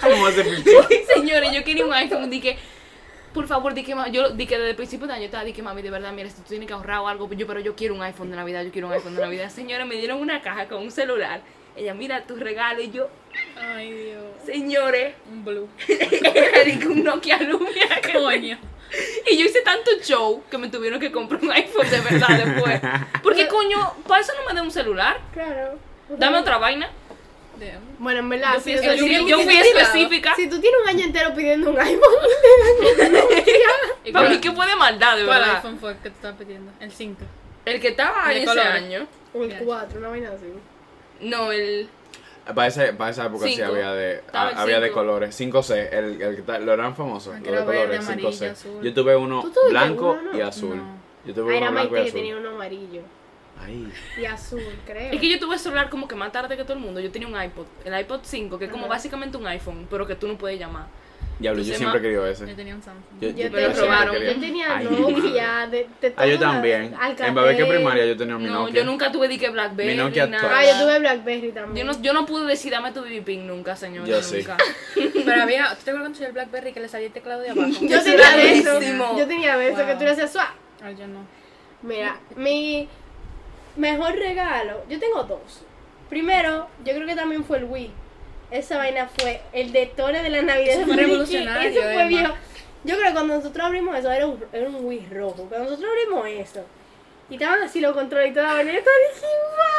¿Cómo hace pichón? Señores, yo quería un iPhone, dije, por favor, di que ma- yo di que desde el principio de año estaba, di que mami, de verdad, mira, si tú tienes que ahorrar o algo, yo, pero yo quiero un iPhone de Navidad, yo quiero un iPhone de Navidad. Señores, me dieron una caja con un celular. Ella, mira tu regalo y yo, Ay, Dios. señores, Un blue. era de que un Nokia Lumia. Coño. Y yo hice tanto show que me tuvieron que comprar un iPhone de verdad después. Porque coño, para eso no me den un celular. Claro. Dame otra vaina. Damn. Bueno, en verdad. Yo si fui- eso- si- yo fui- si yo tú fui tienes- específica. Si tú tienes un año entero pidiendo un iPhone, ¿Y Para mí, cuál, qué fue de maldad, de cuál verdad. iPhone fue que te estaba pidiendo? El 5. El que estaba De ahí ese colores. año. o el Gracias. 4, una vaina así. No, el. Para, ese- para esa época sí Cinco. había de, Estaba ha- el había de cinco. colores. 5C, el, el que tal- lo eran famosos. Ah, Los que de era verde, colores, 5C. amarillo, azul. Yo tuve uno ¿Tú tuviste blanco uno, no? y azul. No. Yo tuve Ah, uno era blanco Maite y que azul. tenía uno amarillo. Ay, Y azul, creo. Es que yo tuve celular como que más tarde que todo el mundo. Yo tenía un iPod, el iPod 5, que es como Ajá. básicamente un iPhone, pero que tú no puedes llamar. diablo, Tú yo se siempre ma- he querido Yo ese. tenía un Samsung. Yo, Yo yo- Me lo siempre robaron. he querido. Yo tenía Ay, Nokia, de, de Ah, yo todas, también. En Alcatel. Babeque primaria yo tenía mi No, Nokia. yo nunca tuve di que Blackberry. Mi Nokia nada. touch. Ah, yo tuve Blackberry Yo también. no, yo no pude decir dame tu BB Ping nunca, señor. Yo sí. nunca. Pero había. ¿Tú te acuerdas cuando el Blackberry que le salía el teclado de abajo? Yo Eso tenía era de eso. buenísimo. Yo tenía de eso que tú le hacías swap. Ay, yo no. Mira, mi mejor regalo, yo tengo dos. Primero, yo creo que también fue el Wii. Esa vaina fue el detone de la Navidad. Eso fue Ricky, revolucionario, Eso fue Emma. viejo. Yo creo que cuando nosotros abrimos eso era un, era un Wii rojo. Cuando nosotros abrimos eso y estaban así los controles y toda la vaina, yo estaba dije,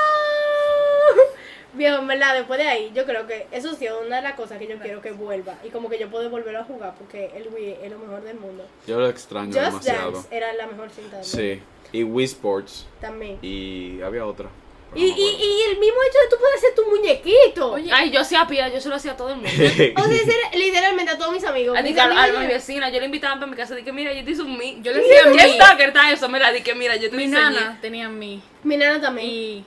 "Wow". Viejo, en verdad, después de ahí, yo creo que eso sí es una de las cosas que yo quiero que vuelva. Y como que yo puedo volver a jugar porque el Wii es lo mejor del mundo. Yo lo extraño Just demasiado. Dance era la mejor cinta del mundo. Sí. Y Wii Sports. También. Y había otra. pero Y, no me y, acuerdo. y el mismo hecho de tú poder hacer tu muñequito. Ay, yo hacía pila, yo se lo hacía a todo el mundo. o sea, ese era literalmente a todos mis amigos. A, Mis di que a, a amigos mis ya- vecinas, yo le invitaba para mi casa, dije, mira, yo te hice un mi. Yo le Sí, decía, mi. ¿qué stalker está eso? Mira, dije, mira, yo te Mi enseñé. nana tenía mi. mi nana también. Y.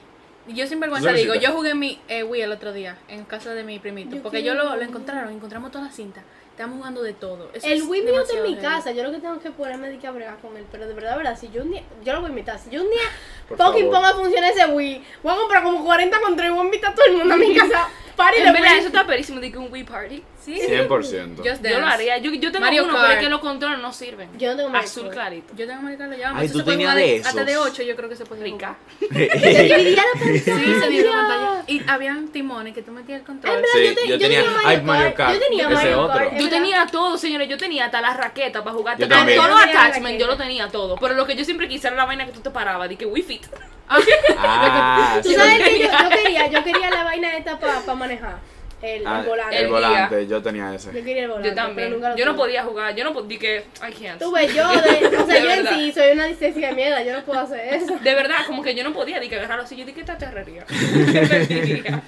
y Yo sin vergüenza Eso digo, necesita. yo jugué mi eh, Wii el otro día en casa de mi primito. Yo porque yo quiero lo, lo Wii. encontraron, encontramos toda la cinta. Estamos jugando de todo. Eso el es Wii mío está en demasiado mi heavy. casa. Yo lo que tengo que ponerme de que a bregar con él. Pero de verdad, verdad, si yo un día. Yo lo voy a invitar. Si yo un día Por fucking favor. ponga a funcionar ese Wii, voy a comprar como 40 contra y voy a invitar a todo el mundo a mi casa. Party de En verdad, Wii. eso está perísimo, dije, un Wii Party. Sí. 100%. Just Dance. Yo lo haría, yo, yo tengo Mario uno, Kart. pero es que los controles no sirven. Yo no tengo Mario Azul Kart. clarito. Yo tengo Mario Kart, lo llamo. Ay, eso tú se puede tenías jugar de Hasta de esos. 8 yo creo que se puede Rica. Se dividía la pantalla. Sí, se dio la pantalla. Y habían timones que tú metías el En control. verdad, Sí, yo, te- yo tenía- ay, Mario Kart, Yo tenía ese Mario Kart. otro. en Yo Yo verdad. tenía todo, señores. Yo tenía hasta las raquetas para jugar. Yo Hasta también. Todos los Yo tenía la attachments, yo raqueta. lo tenía todo. Pero lo que yo siempre quise era la vaina que tú te parabas. Dije, Wii Fit. Ah, Tú sí. sabes que yo, yo quería, yo quería la vaina esta para manejar. El, el Ah, volante. el guía. volante, yo tenía Yo ese. quería el volante. Yo pero también. nunca lo Yo no tuve. podía jugar. Yo no podía. Dije, I can't. Tú ves, yo, de, o sea, De yo en verdad. sí soy una distancia de mierda, yo no puedo hacer eso. De verdad, como que yo no podía. Dije, agarrarlo así. Yo dije, esta terrería. Yo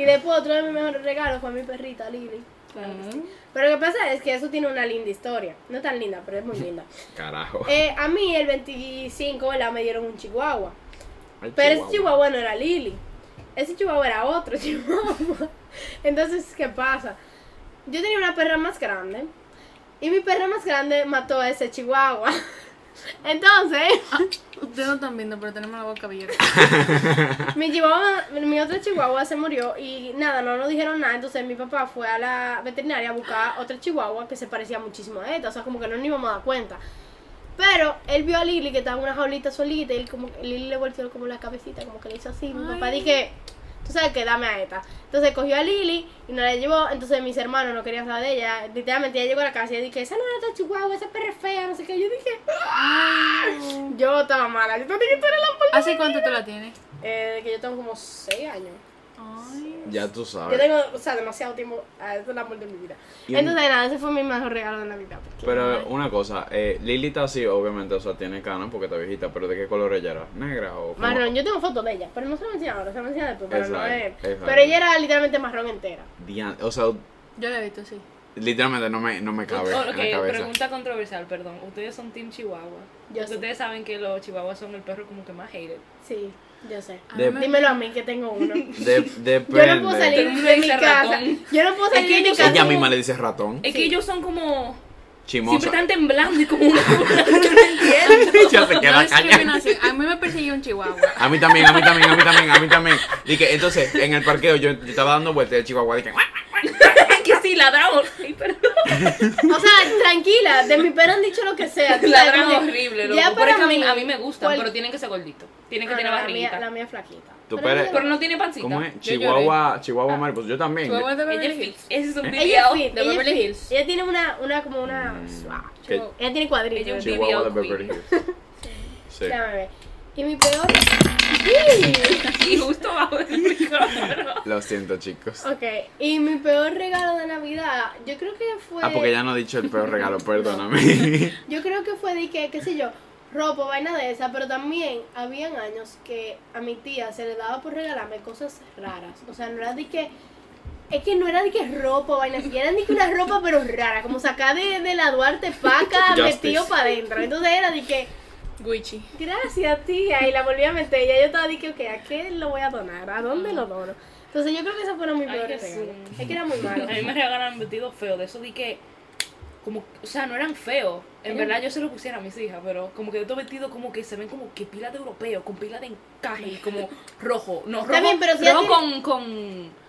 Y después otro de mis mejores regalos fue mi perrita Lili. Pero lo que pasa es que eso tiene una linda historia. No tan linda, pero es muy linda. Carajo. Eh, a mí el 25 ¿verdad? me dieron un chihuahua. Pero ese chihuahua no era Lili. Ese chihuahua era otro chihuahua. Entonces, ¿qué pasa? Yo tenía una perra más grande. Y mi perra más grande mató a ese chihuahua. Entonces, Ah, Ustedes no están viendo, pero tenemos la boca abierta. mi chihuahua, mi otro chihuahua se murió y nada, no nos dijeron nada. Entonces mi papá fue a la veterinaria a buscar otra chihuahua que se parecía muchísimo a esta. O sea, como que no nos íbamos a dar cuenta. Pero él vio a Lili que estaba en una jaulita solita y él como, Lili le volteó como la cabecita, como que le hizo así. Mi papá Ay. dije, tú sabes que dame a esta. Entonces cogió a Lili y no la llevó. Entonces mis hermanos no querían saber de ella. Literalmente ella llegó a la casa y yo dije, esa no era otra chihuahua, esa perra es fea, no sé qué. Yo dije, "Ah". yo estaba mala. Yo tenía que estar en la ¿Hace cuánto tú la tienes? eh, que yo tengo como 6 años. Ah, Ay. Ya tú Yo sabes. tengo, o sea, demasiado tiempo. ah, esto es el amor de mi vida. Y- Entonces, nada, ese fue mi mejor regalo de Navidad. porque- Pero una cosa, eh, Lili está así, obviamente, o sea, tiene cana porque está viejita, pero ¿de qué color ella era? ¿Negra o como- Marrón, yo tengo fotos de ella, pero no se la voy a enseñar ahora, se la voy a enseñar después. Pero, no es, Exacto, exacto. pero ella era literalmente marrón entera. Dian- O sea, Yo la he visto, sí. literalmente no me, no me cabe Oh, ok, en la cabeza. pregunta controversial, perdón. Ustedes son Team Chihuahua. Yo Porque sí. Ustedes saben que los chihuahuas son el perro como que más hated. Sí, yo sé. A De- mí me- Dímelo a mí que tengo uno. De- Yo depende. no puedo salir Tengo de mi ese casa. ratón. Yo no puedo Es que salir de mi yo- casa. Ella misma le dice ratón. Es que Sí. ellos son como. Siempre Chimosa. están temblando y como una cura. Yo no entiendo. Ya se No queda callada. discriminación. A mí me persiguió un chihuahua. A mí también, a mí también, a mí también, a mí también. Dije, entonces, en el parqueo yo, yo estaba dando vueltas y el chihuahua dije, "Guau". Es que sí, ladramos. Ay, perdón. O sea, tranquila, de mi perro han dicho lo que sea. tú sabes, Ladran como que- horrible, Ya loco. Pero es que para a mí, mí- a mí me gustan, ¿cuál? pero tienen que ser gorditos. Tienen que Ah, tener no, la mía, la barriguita. mía es flaquita. Tu Pero perro- ella- Pero no tiene pancita. ¿Cómo es? Yo lloré. Chihuahua, Chihuahua Mariposa. Yo también. Chihuahua de Ella Beverly es fit. Hills. Ese es un Ella video. es fit, de ella es Beverly fit. Hills. Ella tiene una, una como una. Mm, suá, que- como- Ella tiene cuadritos. Ella es un Chihuahua de DBL Beverly Hills. Sí. Déjame ver. Y mi peor. Sí. Y justo bajo el micrófono. Lo siento, chicos. Ok, y mi peor regalo de Navidad, yo creo que fue. Ah, porque ya no he dicho el peor regalo, perdóname. Yo creo que fue de que, qué sé yo, ropa, vaina de esa, pero también habían años que a mi tía se le daba por regalarme cosas raras. O sea, no era de que. Es que no era de que ropa, vaina así, era de que una ropa, pero rara, como sacada de, de la Duarte Paca, Justice. metido para adentro. Entonces era de que, Gucci. gracias tía, y la volví a meter. Y ya yo estaba de que, ok, ¿a qué lo voy a donar? ¿A dónde lo dono? Entonces yo creo que eso fueron mis Ay, peores Jesús. regalos. Es que era muy malo. A mí me regalaron vestidos feos, de eso di que. Como, o sea, no eran feos. En verdad yo se los pusiera a mis hijas, pero como que estos vestidos como que se ven como que pila de europeo, con pila de encaje y como rojo. No, rojo, Está bien, pero si ya rojo tiene- con, con.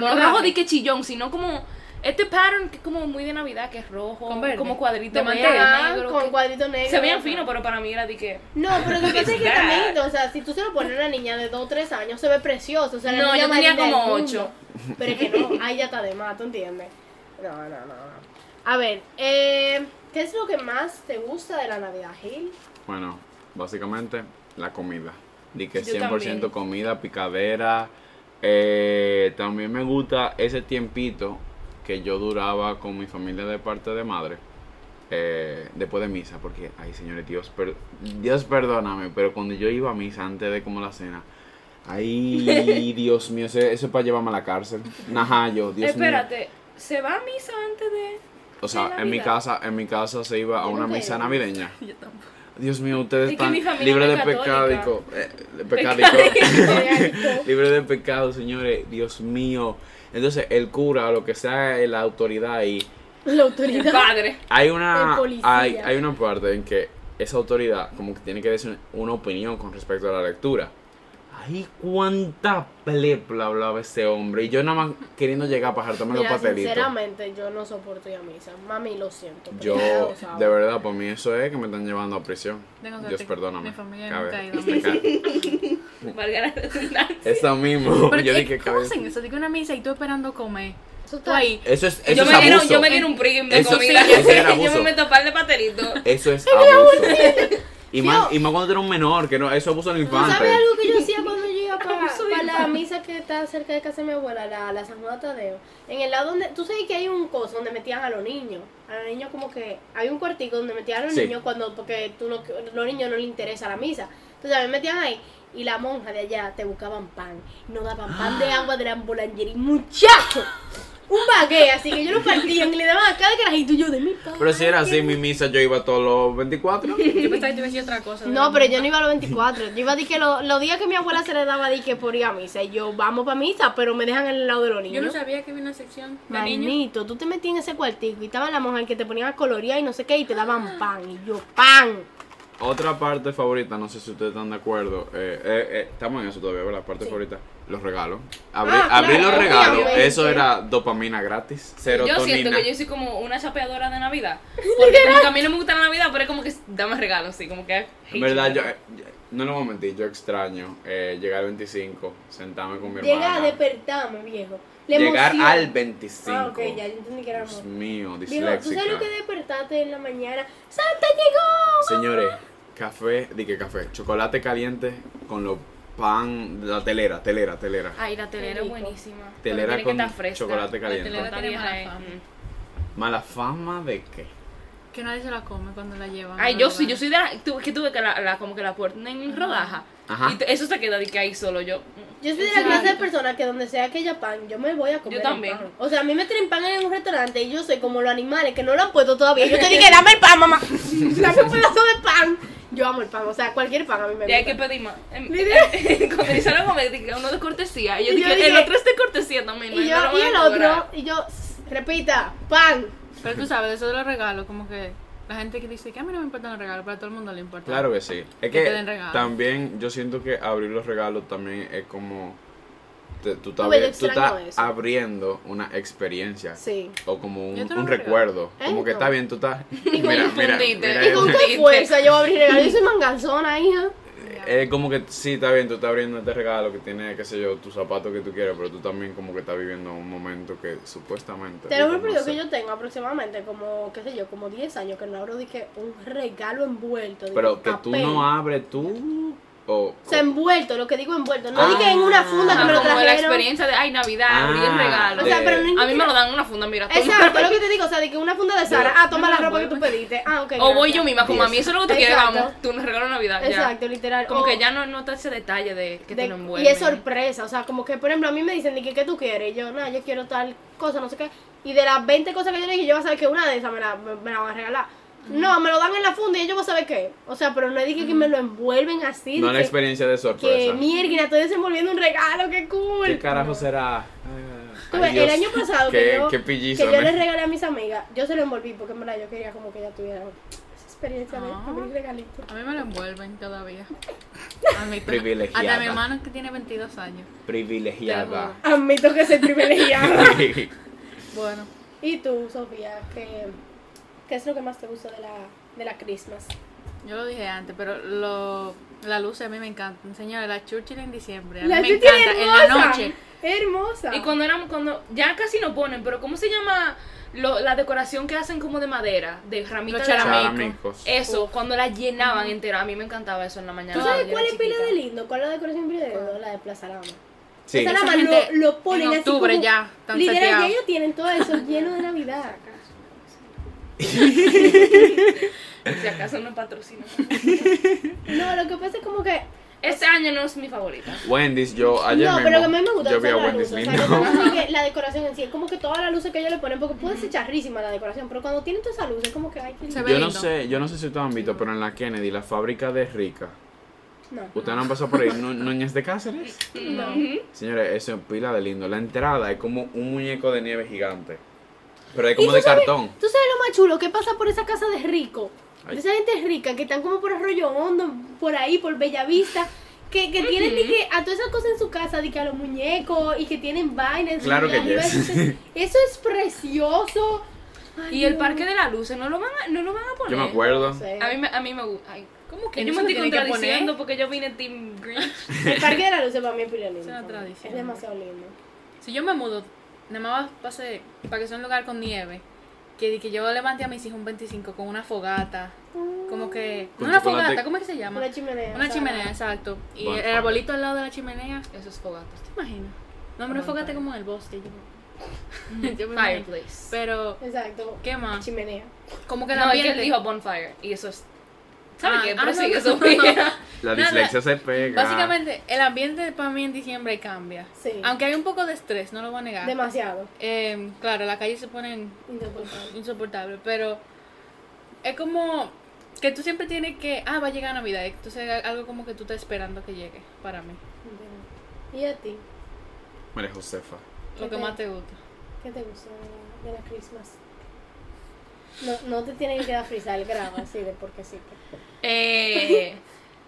Con no rojo. rojo de que chillón, sino como. Este pattern que es como muy de Navidad, que es rojo, Con verde. como cuadrito De verde. mantega. Ajá, negro, con que- cuadrito negro. Se pues. veían ajá. finos, pero para mí era de que. No, pero lo que pasa es que It's bad. también, o sea, si tú se lo pones a una niña de 2 o 3 años, se ve precioso. O sea, la No, niña yo más tenía linda del como mundo. ocho. Pero es que no, ahí ya está de más, ¿tú entiendes? No, no, no, no. A ver, eh, ¿qué es lo que más te gusta de la Navidad, Gil? Bueno, básicamente la comida. Di que Yo 100% también. comida, picadera. Eh, también me gusta ese tiempito que yo duraba con mi familia de parte de madre. eh, después de misa, porque, ay señores, Dios, per- Dios perdóname, pero cuando yo iba a misa antes de como la cena, ay Dios mío, ese- eso es para llevarme a la cárcel. Ajá, yo, Dios mío. Espérate, ¿se va a misa antes de.? O sea, de en mi Navidad. casa, en mi casa se iba a Yo una nunca he misa ido. navideña. Yo tampoco. Dios mío, ustedes Es que están mi familia libres de no es pecado. católica. eh, de pecadico. Pecadico. Libres de pecado, señores. Dios mío. Entonces, el cura, lo que sea eh, la autoridad ahí. La El autoridad. padre. Hay una, El policía. hay, hay una parte en que esa autoridad como que tiene que decir una opinión con respecto a la lectura. Ay, cuánta plepla hablaba ese hombre. Y yo nada más queriendo llegar para jartarme los Mira, patelitos. sinceramente, yo no soporto ir a misa. Mami, lo siento. pero Yo, ya lo sabes. de verdad, para mí eso es que me están llevando a prisión. Tengo Dios suerte. perdóname. Mi familia Cabe nunca ha ido a destacar. Valga la redundancia. Eso mismo. Pero yo ¿qué- dije, ¿Cómo cabe- hacen eso? Digo una misa y tú esperando comer. Eso Tú está ahí. ahí. Eso es, eso yo, es me dieron, abuso. yo me dieron un pregame de Eso sí, comida. eso era yo abuso. me meto par de patelito. Eso es abuso. Y más, y más cuando eres un menor, que no, eso es abuso en la ¿Tú infancia. sabes algo que yo hacía cuando yo iba para, Abuso de para la infancia. misa que está cerca de casa de mi abuela, la, la San Juan de Tadeo? En el lado donde, tú sabes que hay un coso donde metían a los niños, a los niños como que, hay un cuartico donde metían a los Sí. niños cuando, porque tú no- los niños no les interesa la misa. Entonces a mí me metían ahí y la monja de allá te buscaban pan, no daban pan de agua de la ambulangería, muchacho. Un bagué, así que yo lo partían y le daban a cada carajito y yo de mi pan. Pero si era así, mi misa yo iba todos los 24. Yo pensaba que te iba a decir otra cosa. No, pero yo no iba a los 24. Yo iba a decir que lo- los días que mi abuela se le daba, di que por ir a misa. Y yo, vamos para misa, pero me dejan en el lado de los Yo no niños. sabía que había una sección de niños. Manito, tú te metías en ese cuartico y estaba la monja que te ponían a colorear y no sé qué, y te daban pan. Y yo, pan. Otra parte favorita, no sé si ustedes están de acuerdo. eh, eh, eh, estamos en eso todavía, ¿verdad? Parte favorita, los regalos. Abrí, Ah, abrí claro, los regalos, obviamente. eso era dopamina gratis, Yo serotonina. siento que yo soy como una chapeadora de Navidad. Porque como que a mí no me gusta la Navidad, pero es como que dame regalos, sí, como que. en verdad, yo, eh, no lo voy a mentir, yo extraño eh, llegar al 25, sentarme con mi Llega a hermana. despertarme, viejo. La llegar emoción. al 25. Ah, ok, ya, yo entendí que era Dios amor. mío, Viejo, disléxica. ¿tú sabes lo que despertaste en la mañana? ¡Santa llegó! Señores, café, di que café, chocolate caliente con los pan, la telera, telera, telera. Ay, la telera Qué es rico. buenísima. Pero Telera tiene con que estar fresca. chocolate La caliente. telera Con tiene tarija, mala eh. fama. Mala fama de qué? Que nadie se la come cuando la llevan. Ay, a yo los sí, yo lugares. soy de la, tu- que tuve que la, la- como que la ponen en rodaja. Ajá. Y t- eso se queda de que ahí solo yo. mm. Yo soy de la clase de personas que donde sea que haya pan, yo me voy a comer. Yo el también. pan. O sea, a mí me traen pan en un restaurante y yo soy como los animales que no lo han puesto todavía. Yo te dije, dame el pan, mamá. Dame un pedazo de pan. Yo amo el pan, o sea, cualquier pan a mí me Y gusta. hay que pedir más. Em, Cuando hicieron como que uno de cortesía. Y yo Y yo dije, el dije- otro es de cortesía también. y no lo yo, voy y a el cobrar. otro, y yo, "Sss, repita, pan. Pero tú sabes, eso de los regalos, como que la gente que dice que a mí no me importan los regalos, pero a todo el mundo le importa. Claro que sí. Es te que den regalos. también yo siento que abrir los regalos también es como. te- tú estás, Uy, yo abri- tú extraño estás eso. abriendo una experiencia. Sí. O como un, Yo te un lo regalo. recuerdo. ¿Eh? Como que No. está bien, tú estás. con Mira, un mira, fundite. mira Y ¿Y con eso. qué fuerza yo abrí regalos? Yo soy manganzona, hija. Es Eh, como que sí, está bien, tú estás abriendo este regalo que tiene, qué sé yo, tus zapatos que tú quieras, pero tú también como que estás viviendo un momento que supuestamente... Te lo juro no por Dios sé. que yo tengo aproximadamente como, qué sé yo, como 10 años que no abro dije un regalo envuelto. dije, Pero que tú papel. no abres tú o... O sea, envuelto, lo que digo envuelto. No Ah. dije en una funda que Ajá, me lo como la trajeron. experiencia de, ay, Navidad, abrí el Ah, regalo. O sea, pero no a mí me lo dan en una funda, mira. toma. Exacto, es lo que te digo, o sea, de que una funda de Sara, ah, toma No, la no, ropa que voy, tú pediste. Ah, ok. O voy gracias. yo misma, como a mí eso es lo que tú quieres, Exacto. vamos. Tú nos regalas Navidad. ya. Exacto, literal. Como O que ya no, no está ese detalle de que de- te lo envuelven. y es sorpresa, o sea, como que por ejemplo a mí me dicen, de que ¿qué tú quieres? Y yo, no, yo quiero tal cosa, no sé qué. Y de las 20 cosas que yo le dije, yo voy a saber que una de esas me la, me, me la van a regalar. Mm. No, me lo dan en la funda y yo voy a saber qué. O sea, pero no dije que me lo envuelven así. No de la que- experiencia de Que sorpresa. mierda, estoy desenvolviendo un regalo, qué cool. ¿Qué carajo será? Ah, Tú ay, ves, el Dios. año pasado Qué- que, yo, qué ¿eh? que pillizo, yo ¿no? le regalé a mis amigas, yo se lo envolví porque en verdad yo quería como que ella tuviera esa experiencia de Ah. abrir regalitos. A mí me lo envuelven todavía. Admito. Privilegiada. Hasta mi hermano que tiene 22 años. Privilegiada. Admito que soy privilegiada. Bueno, y tú, Sofía, ¿qué, qué es lo que más te gusta de la, de la Christmas? yo lo dije antes, pero lo, la luz a mí me encanta. Señores, la Churchill en diciembre. A mí La me Chuchi es encanta en la noche. Hermosa. Y cuando éramos, cuando, ya casi no ponen, pero ¿cómo se llama lo- la decoración que hacen como de madera? De ramita Los de charamicos. Charamicos. Eso, cuando la llenaban entera, a mí me encantaba eso en la mañana. ¿Tú cuando sabes yo cuál era es pila chiquita. de lindo? ¿Cuál es la decoración pila de lindo? La de Plaza Lama. Sí. Plaza Lama Esa lo, gente lo ponen en así octubre como- ya, tan Literal, seteado. ya ellos tienen todo eso lleno de Navidad. Si acaso no patrocinan. No, lo que pasa es como que Este año no es mi favorita. Wendy's, yo ayer no, mismo, pero lo que a mí me gusta yo es vi a la Wendy's luz, o sea, lindo. yo creo que sí que la decoración en sí, es como que todas las luces que ellos le ponen, porque puede ser charrísima la decoración, pero cuando tienen toda esa luz es como que hay que... Se ve Yo no lindo. sé, yo no sé si ustedes han visto, pero en la Kennedy, la fábrica de Rica, No. ¿ustedes no han pasado por ahí? ¿Nu- ¿Núñez de Cáceres? No. Señores, eso es pila de lindo. La entrada es como un muñeco de nieve gigante. Pero es como tú de sabes- cartón. ¿Tú sabes lo más chulo que pasa por esa casa de rico? Ay. De esa gente rica que están como por Arroyo Hondo, por ahí, por Bellavista, que, que tienen de que a todas esas cosas en su casa, de que a los muñecos y que tienen vainas. en su Claro que arriba, yes. entonces, Eso es precioso. Ay, Y el no. parque de la luz, ¿no lo van a, no lo van a poner? Yo me acuerdo. No sé. A mí me, a mí me gusta. Ay, ¿Cómo que Ellos yo me lo estoy tienen que contradiciendo poner. porque yo vine Team Green? El parque de la luz es para mí es pila lindo. Es una tradición. Es demasiado lindo. Si yo me mudo, nada más va a ser- para que sea un lugar con nieve. Que, di que yo levanté a mis hijos un 25 con una fogata. Como que. Con no una chocolate. fogata, ¿cómo es que se llama? Una chimenea. Una o sea, chimenea, exacto. Y Bonfire. el arbolito al lado de la chimenea. Esos fogatos. ¿Te imaginas? No, hombre, Bonfire. fogata como en el bosque. Yo, yo me imagino. Fireplace. Pero, Exacto. ¿qué Ah. más? Chimenea. Como que el No, es que él ambiente- dijo bonfire. Y eso es. ¿Sabes Ah, qué? ah, Pero no, sigue no. Sofía. La Nada, dislexia se pega. Básicamente, el ambiente para mí en diciembre cambia. Sí. Aunque hay un poco de estrés, no lo voy a negar. Demasiado. Eh, claro, la calle se pone Insoportable. insoportable, pero es como que tú siempre tienes que, ah, va a llegar Navidad, entonces es algo como que tú estás esperando que llegue para mí, ¿Y a ti? María Josefa. lo que Ok. más te gusta. ¿Qué te gusta de la Christmas? No, no te tienen que dar frisal graba así de porque sí. Eh,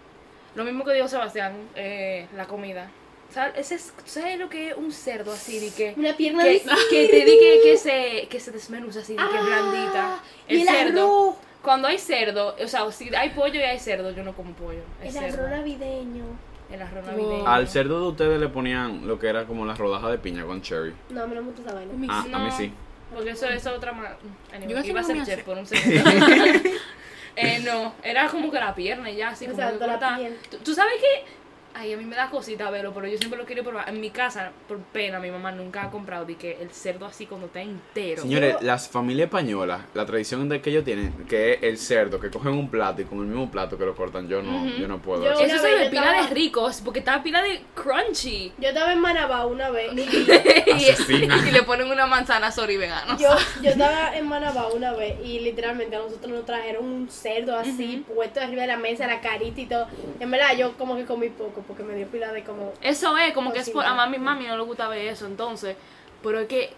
lo mismo que dijo Sebastián, eh, la comida. ¿Sabes, ese es- ¿sabes lo que es un cerdo así de que.? Una pierna Que, de que te di que, que se, que se desmenuza así, de que blandita. Y el arroz. Cuando hay cerdo, o sea, si hay pollo y hay cerdo, yo no como pollo. hay El cerdo. arroz navideño. El arroz Wow. navideño. Al cerdo de ustedes le ponían lo que era como la rodaja de piña con cherry. No, a mí no me gusta esa vaina. Mi- Ah, a mí No. sí. Porque eso es otra más. Yo casi Iba a no ser me chef hace- por un segundo. eh, no, era como que la pierna y ya, así como que Exacto, la corta- piel. ¿Tú, tú sabes que Ay, a mí me da cosita verlo, pero yo siempre lo quiero probar. En mi casa, por pena, mi mamá nunca ha comprado de que el cerdo así cuando está entero. Señores, Yo- las familias españolas, la tradición de que ellos tienen, que es el cerdo, que cogen un plato y con el mismo plato que lo cortan, yo no, Ujú. yo no puedo. Yo- eso. Eso Una se vez ve yo pila estaba- de ricos, porque está pila de crunchy. Yo estaba en Manabá una vez y Asesina. y le ponen una manzana sorry vegana. yo, yo estaba en Manabá una vez y literalmente a nosotros nos trajeron un cerdo así puesto arriba de la mesa, la carita y todo. En verdad yo como que comí poco porque me dio pila de como... Eso es, como que es por. A Cocina. mami, mami no le gusta ver eso, entonces. Pero es que.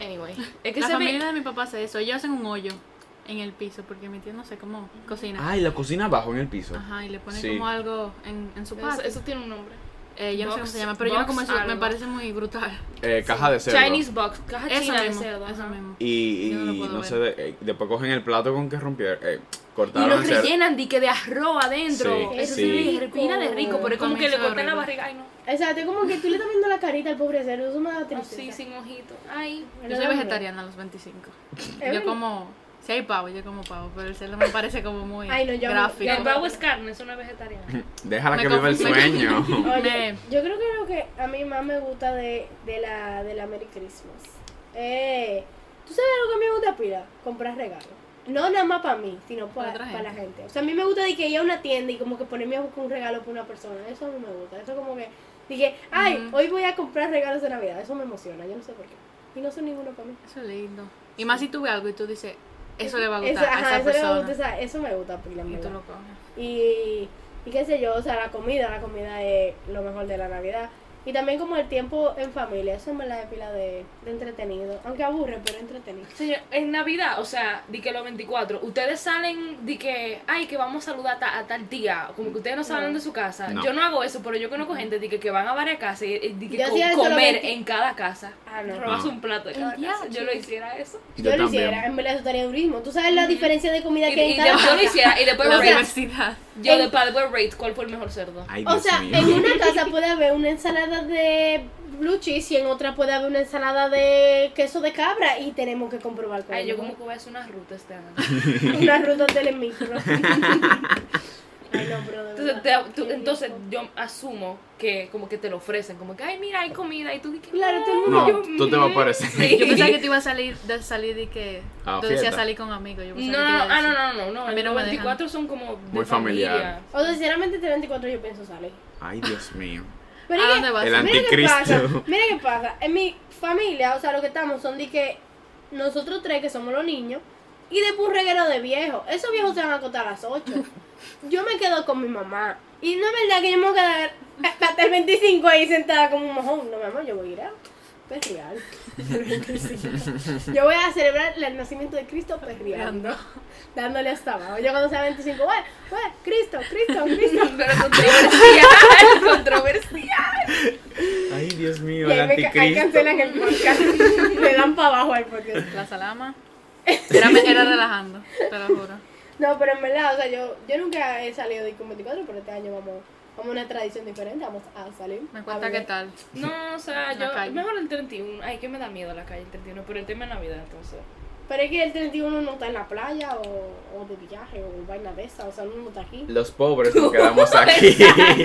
Anyway. Es que la se familia ve. de mi papá hace eso. Ellos hacen un hoyo en el piso porque mi tío no sé cómo cocina. Ay, la cocina abajo en el piso. Ajá, y le ponen Ah. Sí. como algo en, en su Eso, patio. eso tiene un nombre. Eh, yo no sé cómo box- se llama, pero yo no como box eso. Me algo. parece muy brutal. Eh, caja de cerdo. Chinese box, caja Eso china mismo, de cerdo. eso ajá. mismo. Y, y Yo no no, lo puedo sé, de- eh, después cogen el plato con que rompieron, eh, Y cortaron lo el cerdo. rellenan de que de arroz adentro. Sí, eso sí. se ve pila de rico, pero es como que le cortan la barriga. Ay, no. Exacto, es como que tú le estás viendo la carita al pobre cerdo, eso me Ah, da tristeza. Así, sin ojito. Ay. Yo soy vegetariana a los 25. verdad. Yo como. Si hay pavo, yo como pavo, pero el cerdo me parece como muy Ay, no, yo amo- Y gráfico. el pavo es carne, eso no es vegetariano. Déjala Me que viva el confundí. sueño. Oye, Me- yo creo que lo que a mí más me gusta de, de la, de la Merry Christmas. Eh, ¿Tú sabes lo que a mí me gusta, Pira? Comprar regalos. No nada más para mí, sino para, Para otra para la gente. O sea, a mí me gusta de que ir a una tienda y como que ponerme a buscar un regalo para una persona. Eso a mí me gusta. Eso como que dije, ay, Ujú. hoy voy a comprar regalos de Navidad. Eso me emociona, yo no sé por qué. Y no son ninguno para mí. Eso es lindo. Y más si tú ves algo y tú dices, eso le va a Eso, gustar ajá, a esa eso, le persona. va a gustar esa- eso me gusta, Pila. en Y tú verdad. lo coges. y, y qué sé yo, o sea, la comida, la comida es lo mejor de la Navidad. Y también como el tiempo en familia, eso me la de pila de, de entretenido. Aunque aburre, pero entretenido. Señor, en Navidad, o sea, di que los 24, ustedes salen de que, ay, que vamos a saludar a, ta- a tal tía, como que ustedes no salen No. de su casa. No. Yo no hago eso, pero yo conozco gente de que, que van a varias casas y, y di que Yo co- hacía eso los comer 20. en cada casa. Ah, no. Robas No. un plato de cada Ya, casa. Yo lo chicos. hiciera eso. Yo, lo hiciera, en verdad eso estaría durísimo. ¿Tú sabes la diferencia de comida Y, que hay y en cada yo, yo lo casa? hiciera y Pues, después La rate. universidad. Yo en- de, para después rate cuál fue el mejor cerdo. Ay, O Dios sea, mío. en una casa puede haber una ensalada de blue cheese y en otra puede haber una ensalada de queso de cabra y tenemos que comprobar cuál Ay, es yo mejor. como que voy a hacer una ruta este año. una ruta telemicro. Ay, no, pero de Entonces, te- verdad, tú- qué entonces rico. yo asumo que como que te lo ofrecen, como que, ay, mira, hay comida y tú dices, Claro, todo el mundo- No, yo- tú te vas a mm, parecer. sí. Yo pensaba que te iba a salir de salir y que Ah, tú decías fiesta. salir con amigos. Yo No, pensaba no, que te no, iba a ah, decir- no, no, no, no, A mí no los me dejan. 24 son como de Muy familiar. O sea, sinceramente, este 24 yo pienso salir. Ay, Dios mío. Pero ¿A es que- dónde vas? El Mira, mira qué pasa. anticristo. Mira qué pasa. En mi familia, o sea, lo que estamos son de que nosotros tres, que somos los niños, y de un reguero de viejos. Esos viejos se van a acostar a las 8. Yo me quedo con mi mamá. Y no es verdad que yo me voy a quedar hasta el 25 ahí sentada como un mojón. No, mi amor, yo voy a ir a perrear. El 25. Yo voy a celebrar el nacimiento de Cristo perreando. Dándole hasta abajo. Yo cuando sea 25, bueno, bueno, Cristo, Cristo, Cristo. Pero controversial, controversial. Ay, Dios mío, Y el ahí, me ca- ahí anticristo. cancelan el podcast. Le dan para abajo al podcast. La salama. Era, era relajando, te lo juro. No, pero en verdad, o sea, yo, yo nunca he salido de con 24, pero este año vamos, vamos a una tradición diferente, vamos a salir. Me a cuenta qué beber. tal. No, o sea, La yo, calle. mejor el 31, ay, que me da miedo la calle el 31, pero el tema es Navidad, entonces. Pero es que el 31 no está en la playa o, o de viaje o vaina de esa, o sea, uno no está aquí. Los pobres nos quedamos aquí.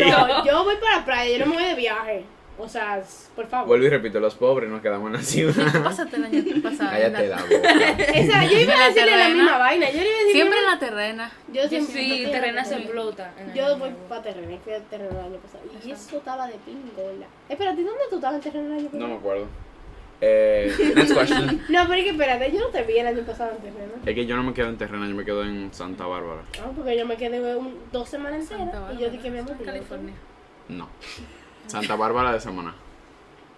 No, yo voy para la playa, yo no me voy de viaje. O sea, s- por favor. Vuelvo y repito, los pobres nos quedamos en la ciudad. Pásate el año pasado. Cállate en la- la boca. Esa, yo iba En a la decirle la terrena. misma vaina, yo le iba a decir. Siempre en mira, la terrena. Yo Sí, siempre. yo terrena se siempre- explota. en Yo Año voy Nuevo. para terreno, fui a terreno el año pasado. Y eso estaba de pingola. Espérate, ¿dónde tú estabas en terreno el año No me pasado? acuerdo. Eh, next question. No, pero es que espérate, yo no te vi el año pasado en terreno. Es que yo no me quedo en terreno, yo me quedo en Santa Bárbara. No, porque yo me quedé un- dos semanas Santa enteras y Bárbara, yo dije, mi amor, en California. No. Santa Bárbara de Semana.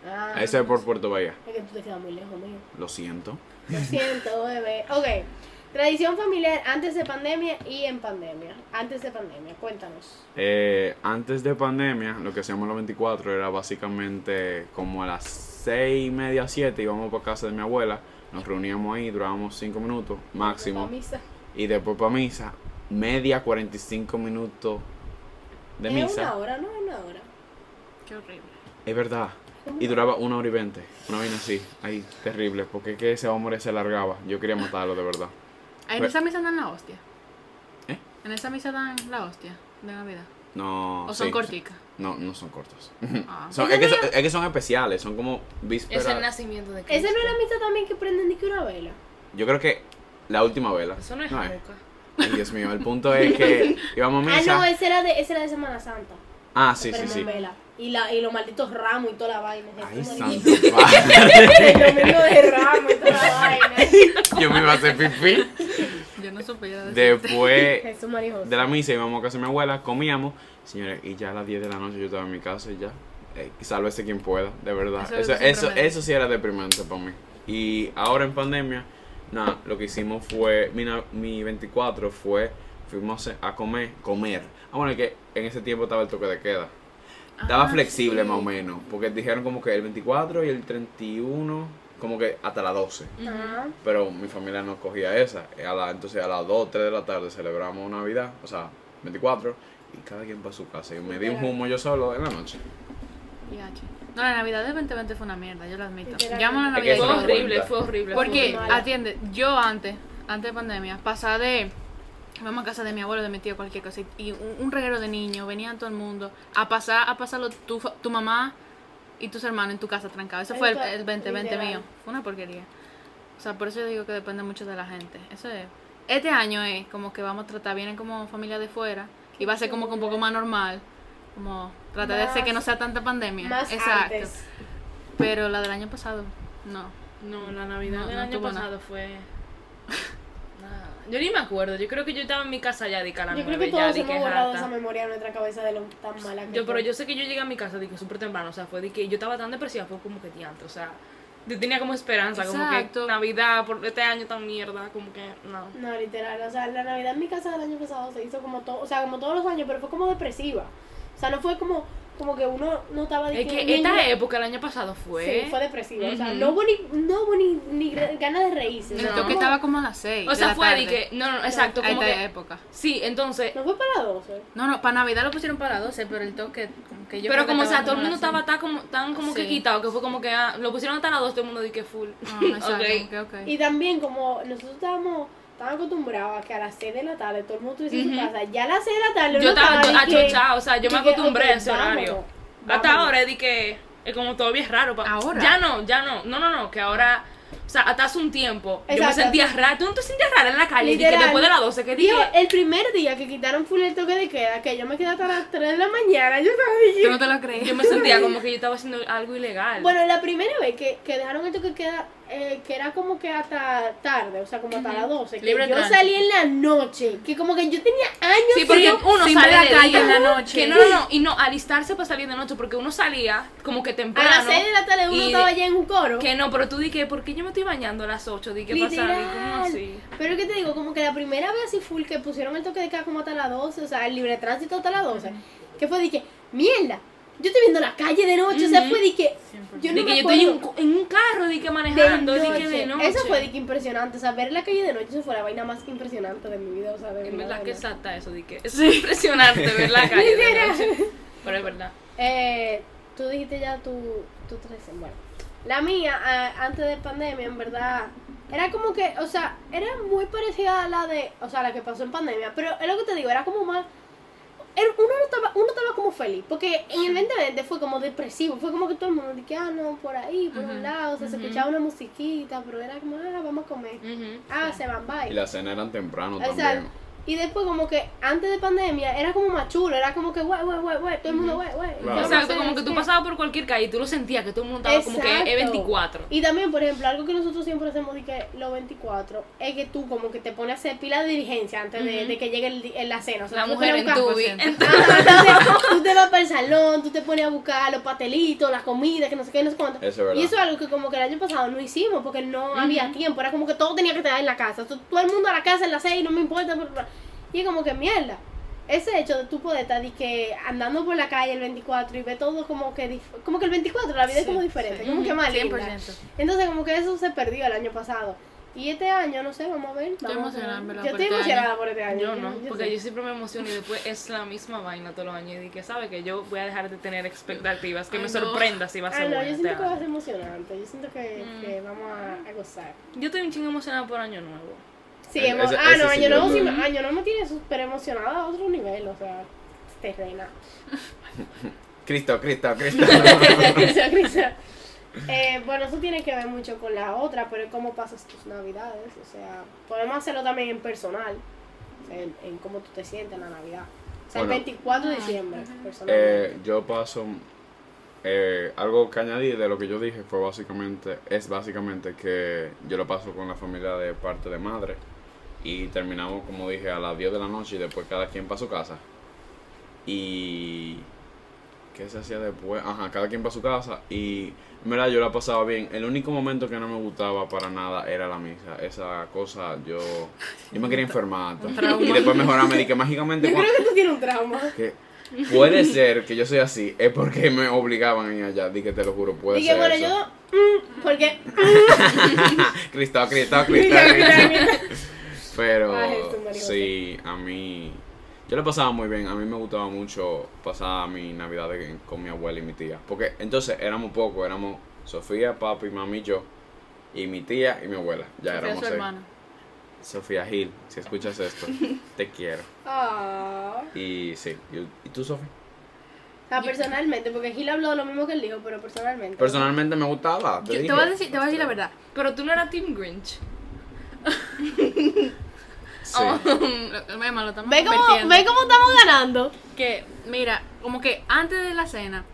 Ah, Ese es por Puerto Bahía. es que tú te quedas muy lejos, mío. Lo siento. Lo siento, bebé. Ok, tradición familiar antes de pandemia y en pandemia. Antes de pandemia, cuéntanos. Eh, antes de pandemia, lo que hacíamos los 24 era básicamente como a las 6 y media, 7 íbamos para casa de mi abuela, nos reuníamos ahí, durábamos 5 minutos máximo, Pa' misa. y después para misa, media 45 minutos de es una misa. hora, no es una hora. Qué horrible. Es verdad. Y duraba una hora y veinte, una vaina así, ahí, terrible, porque es que ese hombre se alargaba, yo quería matarlo de verdad. Ah, En Re- esa misa dan la hostia. Pues ¿Eh? En esa misa dan la hostia de Navidad. No. O son Oh, sí, corticas. No, no son cortos. Ah. Son- es, que son, es que son especiales, son como vísperas. Es el nacimiento de Cristo. Esa no es la amistad también que prenden ni que una vela. Yo creo que la última vela. Eso no es No es. Hanukkah. Ay, Dios mío, el punto es que íbamos a Ah, no, misa. esa era de, esa era de Semana Santa. Ah, sí, que sí, prenden sí. vela. Y, la, y los malditos ramos y toda la vaina. Ay, Jesús, santo María. padre. El domingo de ramos y toda la vaina. Yo me iba a hacer pipí. Yo no supe ya decir. Después Jesús María José. de la misa íbamos a casa de mi abuela, comíamos. Señores, y ya a las 10 de la noche yo estaba en mi casa y ya. Eh, sálvese quien pueda, de verdad. Eso es Eso, lo que eso, siempre me eso sí era deprimente para mí. Y ahora en pandemia, nada, lo que hicimos fue, mi, na- mi 24 fue, fuimos a comer, comer. Ah, bueno, es que en ese tiempo estaba el toque de queda. Estaba Ah, flexible sí. más o menos, porque dijeron como que el 24 y el 31, como que hasta las 12. Ajá. Pero mi familia no cogía esa. Eh, A la- entonces a las 2, 3 de la tarde celebramos Navidad, o sea, 24, y cada quien para su casa. Y me di un humo yo solo en la noche. Y H. No, la Navidad del 2020 fue una mierda, yo lo admito. Literalmente. Llamo a la Es que Navidad eso Fue no y todo. horrible, cuenta. fue horrible. fue Porque, horrible. mala. atiende, yo antes, antes de pandemia, pasaba de. Vamos a casa de mi abuelo, de mi tío, cualquier cosa. Y un, un reguero de niños, venían todo el mundo. A pasar, a pasarlo tu, fa- tu mamá y tus hermanos en tu casa trancados. Eso Ay, fue el, literal, el 2020 literal. mío. Fue una porquería. O sea, por eso yo digo que depende mucho de la gente. Eso es. Este año es como que vamos a tratar, vienen como familia de fuera. Y va a ser como que un poco más normal. Como tratar de hacer que no sea tanta pandemia. Más Exacto. antes. Pero la del año pasado, no. No, la Navidad No, del no año tuvo pasado fue. Nada. Yo ni me acuerdo. Yo creo que yo estaba en mi casa ya de cara Yo creo que ya todos de que hemos borrado harta. esa memoria de nuestra cabeza de lo tan mala que Yo, pero fue. yo sé que yo llegué a mi casa de que súper temprano. O sea, fue de que yo estaba tan depresiva, fue como que diantre. O sea, yo tenía como esperanza, como Exacto. que Navidad, por este año tan mierda, como que no. No, literal, o sea, la Navidad en mi casa del año pasado se hizo como todo, o sea, como todos los años, pero fue como depresiva. O sea, no fue como, como que uno no estaba Es diciendo... que esta época el año pasado fue. Sí, fue depresiva, o sea, Ujú. no hubo ni, no hubo ni, ni gra- ganas de reírse. o sea, No. Yo que estaba como a las 6. o sea, fue de que. No, no, exacto. A Como esta que, época. sí, entonces. No fue para ¿eh? 12. No, no, para Navidad lo pusieron para 12, pero el toque. Como que yo pero creo que como, o sea, estaba todo el mundo como a estaba tan como, tan como que Sí. quitado, que fue como que ah, lo pusieron hasta las dos, todo el mundo de que full. las seis. Ah, Ok. exacto, como que, ok. Y también como nosotros estábamos tan acostumbrados a que a las 6 de la tarde todo el mundo estuviese en su Ujú. casa, ya a las 6 de la tarde Yo uno estaba de que- achochada, o sea, yo me de que, acostumbré ok, a ese horario. vámonos, Hasta vámonos. ahora es de que es como todavía es raro. pa- Ahora. Ya no, ya no. No, no, no, que ahora. O sea, hasta hace un tiempo yo me Exacto. sentía rara. ¿Tú no te sentías rara en la calle? Dije, Literal. después de las 12, que dije. Digo, el primer día que quitaron full el toque de queda, que yo me quedé hasta las 3 de la mañana, yo estaba allí. Tú no te lo crees. Yo me sentía como que yo estaba haciendo algo ilegal. Bueno, la primera vez que, que dejaron el toque de queda, eh, que era como que hasta tarde, o sea, como hasta las 12, que Libre yo tránsito. salí en la noche, que como que yo tenía años Sí, porque sin- uno sin sale ver la de calle día. en la noche. Que no, no, no. Y no, alistarse para salir de noche, porque uno salía como que a temprano. las 6 de la tarde uno Ah, y- estaba ya en un coro. Que no, pero tú dije, ¿por qué yo me estoy bañando a las 8? Dije, ¿qué pasa? Literal. Dije, ¿cómo así? Pero que te digo, como que la primera vez así full que pusieron el toque de queda como hasta las 12, o sea, el libre tránsito hasta las 12, que fue dije, mierda, yo estoy viendo la calle de noche, o sea, Ujú. fue dije, yo no Dije, me yo estoy en, acuerdo. un cu- en un carro, dije, De manejando, dije, de noche. Eso fue de que impresionante. O sea, ver la calle de noche, eso fue la vaina más impresionante de mi vida. O sea, de En verdad, de verdad que verdad. exacta eso, dije. Es impresionante ver la calle de noche. Pero es verdad. Eh, tú dijiste ya tu, tu 13. Bueno, la mía, ah, antes de pandemia, en verdad, era como que, o sea, era muy parecida a la de, o sea, la que pasó en pandemia. Pero es lo que te digo, era como más. era- Uno no estaba, uno estaba como feliz, porque en el 2020 fue como depresivo, fue como que todo el mundo dije, ah, no, por ahí, por Ujú, un lado, o sea, se ujú. escuchaba una musiquita, pero era como, ah, vamos a comer, Ujú. ah, se van, bye. Y la cena eran temprano Exacto. también. Y después como que antes de pandemia era como más chulo, era como que guay, guay, guay, guay, todo el mundo guay, guay. Claro. Yo no Exacto, sé, como no que sé tú qué. pasabas por cualquier calle y tú lo sentías, que todo el mundo estaba como que E Exacto. es 24. Y también, por ejemplo, algo que nosotros siempre hacemos de que los 24 es que tú como que te pones a hacer pila de diligencia antes de, Ujú. de que llegue el di- el- la cena. O sea, La tú te mujer pones a en buscar- tu vida. Ajá, entonces, tú te vas para el salón, tú te pones a buscar los pastelitos, las comidas, que no sé qué, no sé cuánto. Eso es verdad. Y eso es algo que como que el año pasado no hicimos porque no Ujú. había tiempo, era como que todo tenía que estar en la casa, to- todo el mundo a la casa en las seis, no me importa, bla, bla, bla. y es como que mierda. Ese hecho de tú poder estar di que andando por la calle el 24 y ver todo como que dif- como que el 24 la vida es Sí, como diferente, sí. como que Ujú, más linda. 100%. Entonces como que eso se perdió el año pasado. Y este año, no sé, vamos a ver. Estoy vamos a ver. emocionada, en verdad, Yo por estoy este emocionada por este año. Yo no, porque sé. yo siempre me emociono y después es la misma vaina todos los años. Y dije, ¿sabes que Yo voy a dejar de tener expectativas, que Ay, me no. sorprenda si va a Ah, ser no, buena yo este siento que va a año. ser emocionante, yo siento que, que vamos a- a gozar. Yo estoy un chingo emocionada por Año Nuevo. Sí, Ese- hemos- ese ah, no, sí año yo nuevo, lo- sí me- año nuevo me tiene súper emocionada a otro nivel, o sea. terrena. Cristo, Cristo, Cristo. Crisa, crisa. Eh, bueno, eso tiene que ver mucho con la otra, pero es cómo pasas tus navidades. O sea, podemos hacerlo también en personal, o sea, en, en cómo tú te sientes en la Navidad. O sea, Bueno. el 24 de diciembre, Ajá. personalmente. Eh, yo paso eh, algo que añadí de lo que yo dije fue básicamente es básicamente que yo lo paso con la familia de parte de madre y terminamos como dije a las 10 de la noche y después cada quien para su casa y qué se hacía después ajá cada quien para su casa y mira yo la pasaba bien el único momento que no me gustaba para nada era la misa esa cosa yo yo me quería enfermar hasta. trauma. y después mejorarme dije mágicamente yo cuan- creo que tú tienes un trauma. que puede ser que yo soy así, es porque me obligaban a ir allá, di que te lo juro, puede Dije, ser bueno, eso. yo. mm, porque. Cristal, cristal, Mira, cristal, mira, cristal. mira. Pero Ay, tu marido. sí, a mí yo la pasaba muy bien, a mí me gustaba mucho pasar mi Navidad en- con mi abuela y mi tía, porque entonces éramos pocos, éramos Sofía, papi, mami, y yo y mi tía y mi abuela, ya Sofía es éramos su seis. hermana. Sofía Gil, si escuchas esto, te quiero. Ah. Y sí, y, y tú Sofía. O sea, Ah, personalmente, porque Gil habló lo mismo que él dijo, pero personalmente. Personalmente me gustaba, te Yo- te dije. voy a decir, te voy a decir la verdad. Pero tú no eras Team Grinch. Sí. Oh, Lo- lo- Emma, lo estamos ¿Ve cómo, convirtiendo. ve cómo estamos ganando? que mira como que antes de la cena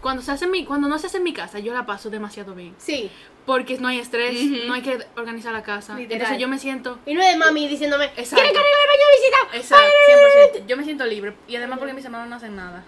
cuando se hace en mi cuando no se hace en mi casa yo la paso demasiado bien Sí. porque no hay estrés Ujú. no hay que organizar la casa Literal. entonces yo me siento Y no es mami diciéndome, ¿quieren Exacto. que arregle el baño de visita? exacto 100%, yo me siento libre y además porque mis hermanos no hacen nada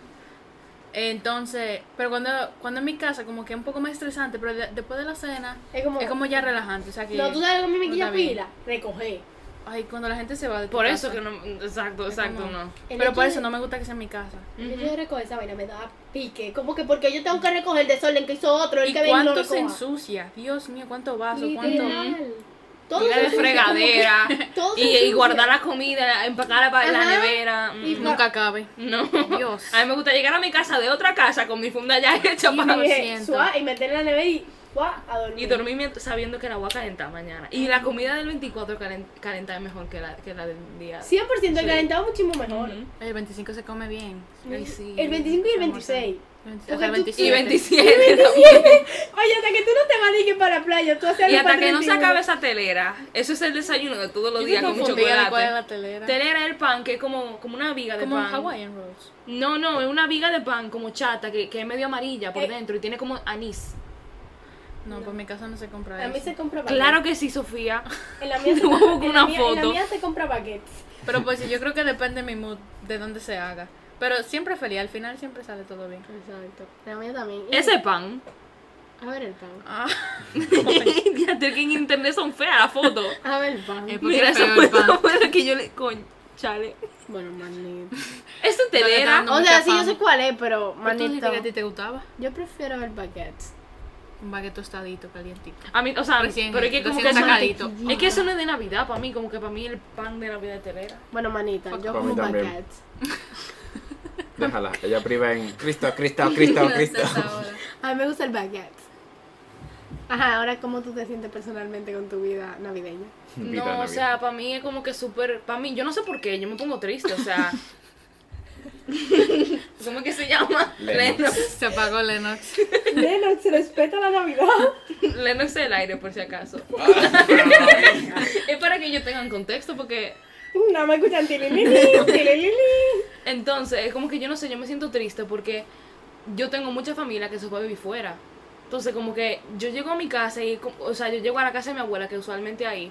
entonces pero cuando cuando en mi casa como que es un poco más estresante pero de- después de la cena Es como- es como ya relajante o sea que No, tú sabes que a mí me no quilla está bien. pila. Recoger. ay cuando la gente se va de tu Por eso casa, que no. Exacto, es exacto, como- no. El pero hecho por de- eso no me gusta que sea en mi casa Yo de recoger esa vaina me da pique. Como que porque yo tengo que recoger el desorden que hizo otro, el y que viene y lo cuánto se recoja. ensucia Dios mío cuánto vaso cuánto Literal. Todo Ir a se la ensucia, fregadera. todo se Y, y ensucia. guardar la comida, empacarla para la Ajá. nevera. Y mm, pa- nunca cabe No. Dios. A mí me gusta llegar a mi casa de otra casa con mi funda ya hecha Sí, para mi- Dije, 100%. suá, y meter en la nevera y suá, a dormir. Y dormí mient- sabiendo que la voy a calentar mañana. Y la comida del 24 calen- calentada es mejor que la, que la del día. 100% el Sí. calentado muchísimo mejor. Mm. Ujú. El 25 se come bien. Ay, sí. El 25 y el 26. O Porque sea, tú- el Y 27. 27. Oye, hasta que tú no te vayas que para la playa, tú haces Y algo hasta para que no se 31. acabe esa telera. Eso es el desayuno de todos los Yo días me con mucho confundía de cuál es chocolate. la telera. Telera es el pan, que es como, como una viga de Como pan. Hawaiian Rolls. No, no, es una viga de pan como chata, que, que es medio amarilla por Eh. dentro y tiene como anís. No, por mi casa no se compra A mí eso. se compra baguettes. Claro que sí, Sofía. En la mía se, Hubo compra- en la una mía- en la foto. mía se compra baguettes. Pero pues sí, yo creo que depende de mi mood, de dónde se haga. Pero siempre feliz, al final siempre sale todo bien. Exacto. La mía también. Ese pan. A ver el pan. Ah, Fíjate que en internet son feas las fotos. A ver el pan. Eh, porque Mira, es esa feo fue el pan. esa fue la que yo le. Con chale. Bueno, manito. Esa le telera. dan O sea, mucha sí, yo pan. sé cuál es, pero ¿Pero tú dijiste manito. que a ti te gustaba? Yo prefiero el baguette. Un baguette tostadito, calientito. A mí, o sea, Recién- pero es que como recién que eso- sacadito. Es que eso no es de Navidad para mí, como que para mí el pan de Navidad es telera. Bueno, manita, Para yo mí como también. baguette. Déjala, ella priva en Cristo, Cristo, Cristo, Cristo. A mí me gusta el baguette. Ajá, ahora, ¿cómo tú te sientes personalmente con tu vida navideña? no, o sea, para mí es como que súper. Para mí, yo no sé por qué, yo me pongo triste, o sea. ¿Cómo es que se llama? Lennox. Lennox. Se apagó Lennox. Lennox, respeta la Navidad. Lennox del aire, por si acaso. es para que ellos tengan contexto, porque No me escuchan tililili, tililili. Entonces, es como que yo no sé, yo me siento triste porque yo tengo mucha familia que se fue a vivir fuera. Entonces, como que yo llego a mi casa y, co- o sea, yo llego a la casa de mi abuela, que usualmente ahí,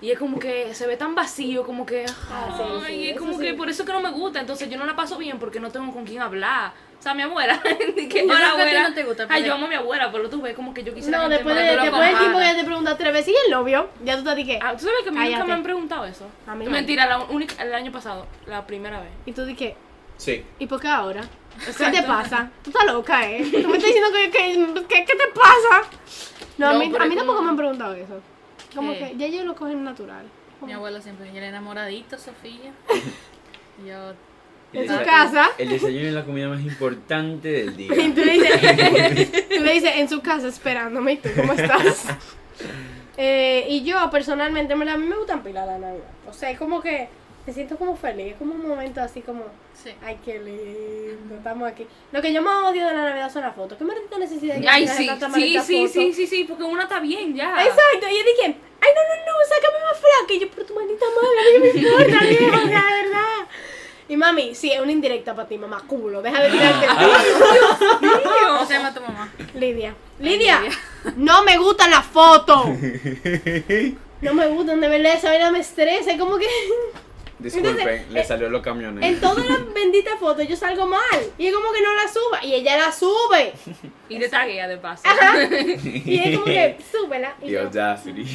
y es como que se ve tan vacío, como que, Ah, sí, sí, ay, es eso como sí. que por eso que no me gusta. Entonces, yo no la paso bien porque no tengo con quién hablar. O sea, mi abuela, ni que Yo hola, creo que a ti abuela. no te gusta, Ay, pero- yo amo a mi abuela, pero tú ves como que yo quisiera No, gente después, más de, que lo después del tiempo compara. que yo te pregunta tres veces y el novio, ya tú te dije. Ah, tú sabes que a mí nunca Cállate. me han preguntado eso. A mí no. Mentira, la única- el año pasado, la primera vez. Y tú dije, Sí. ¿y por qué ahora? ¿Qué te Exacto. pasa? Tú estás loca, ¿eh? Tú me estás diciendo que, que, que- ¿qué te pasa? No, a No, mí, pero a mí es tampoco como- me han preguntado eso. Como Sí. que ya ellos lo cogen natural. Como- Mi abuelo siempre dice, "El enamoradito, Sofía. Yo... En su casa. El desayuno es la comida más importante del día. Y tú le dices, tú le dices, en su casa esperándome, ¿y tú cómo estás? Eh, y yo personalmente, en verdad, a mí me gustan pilas la Navidad. O sea, es como que me siento como feliz, es como un momento así como, Sí. ay, qué lindo, estamos aquí. Lo que yo más odio de la Navidad son las fotos. ¿Qué maldita necesidad de que Ay, tengas sí, tanta sí, maldita sí, foto? sí, sí, sí, porque una está bien ya. Exacto, y yo dije, ay, no, no, no, sácame más flaca. Y yo, por tu maldita madre, a mí no me importa, viejo, o sea, de verdad. Y mami, sí, es una indirecta para ti, mamá, culo, deja de tirarte el ¿Cómo se llama tu mamá? Lidia. Lidia, no me gustan las fotos. No me gustan, de verdad, esa vaina me estresa. Es como que Disculpen, Entonces, le eh, salió los camiones. en todas las benditas fotos yo salgo mal. Y es como que no la suba. Y ella la sube. Y te taguea de paso. Y es como que súbela. Y The yo, audacity.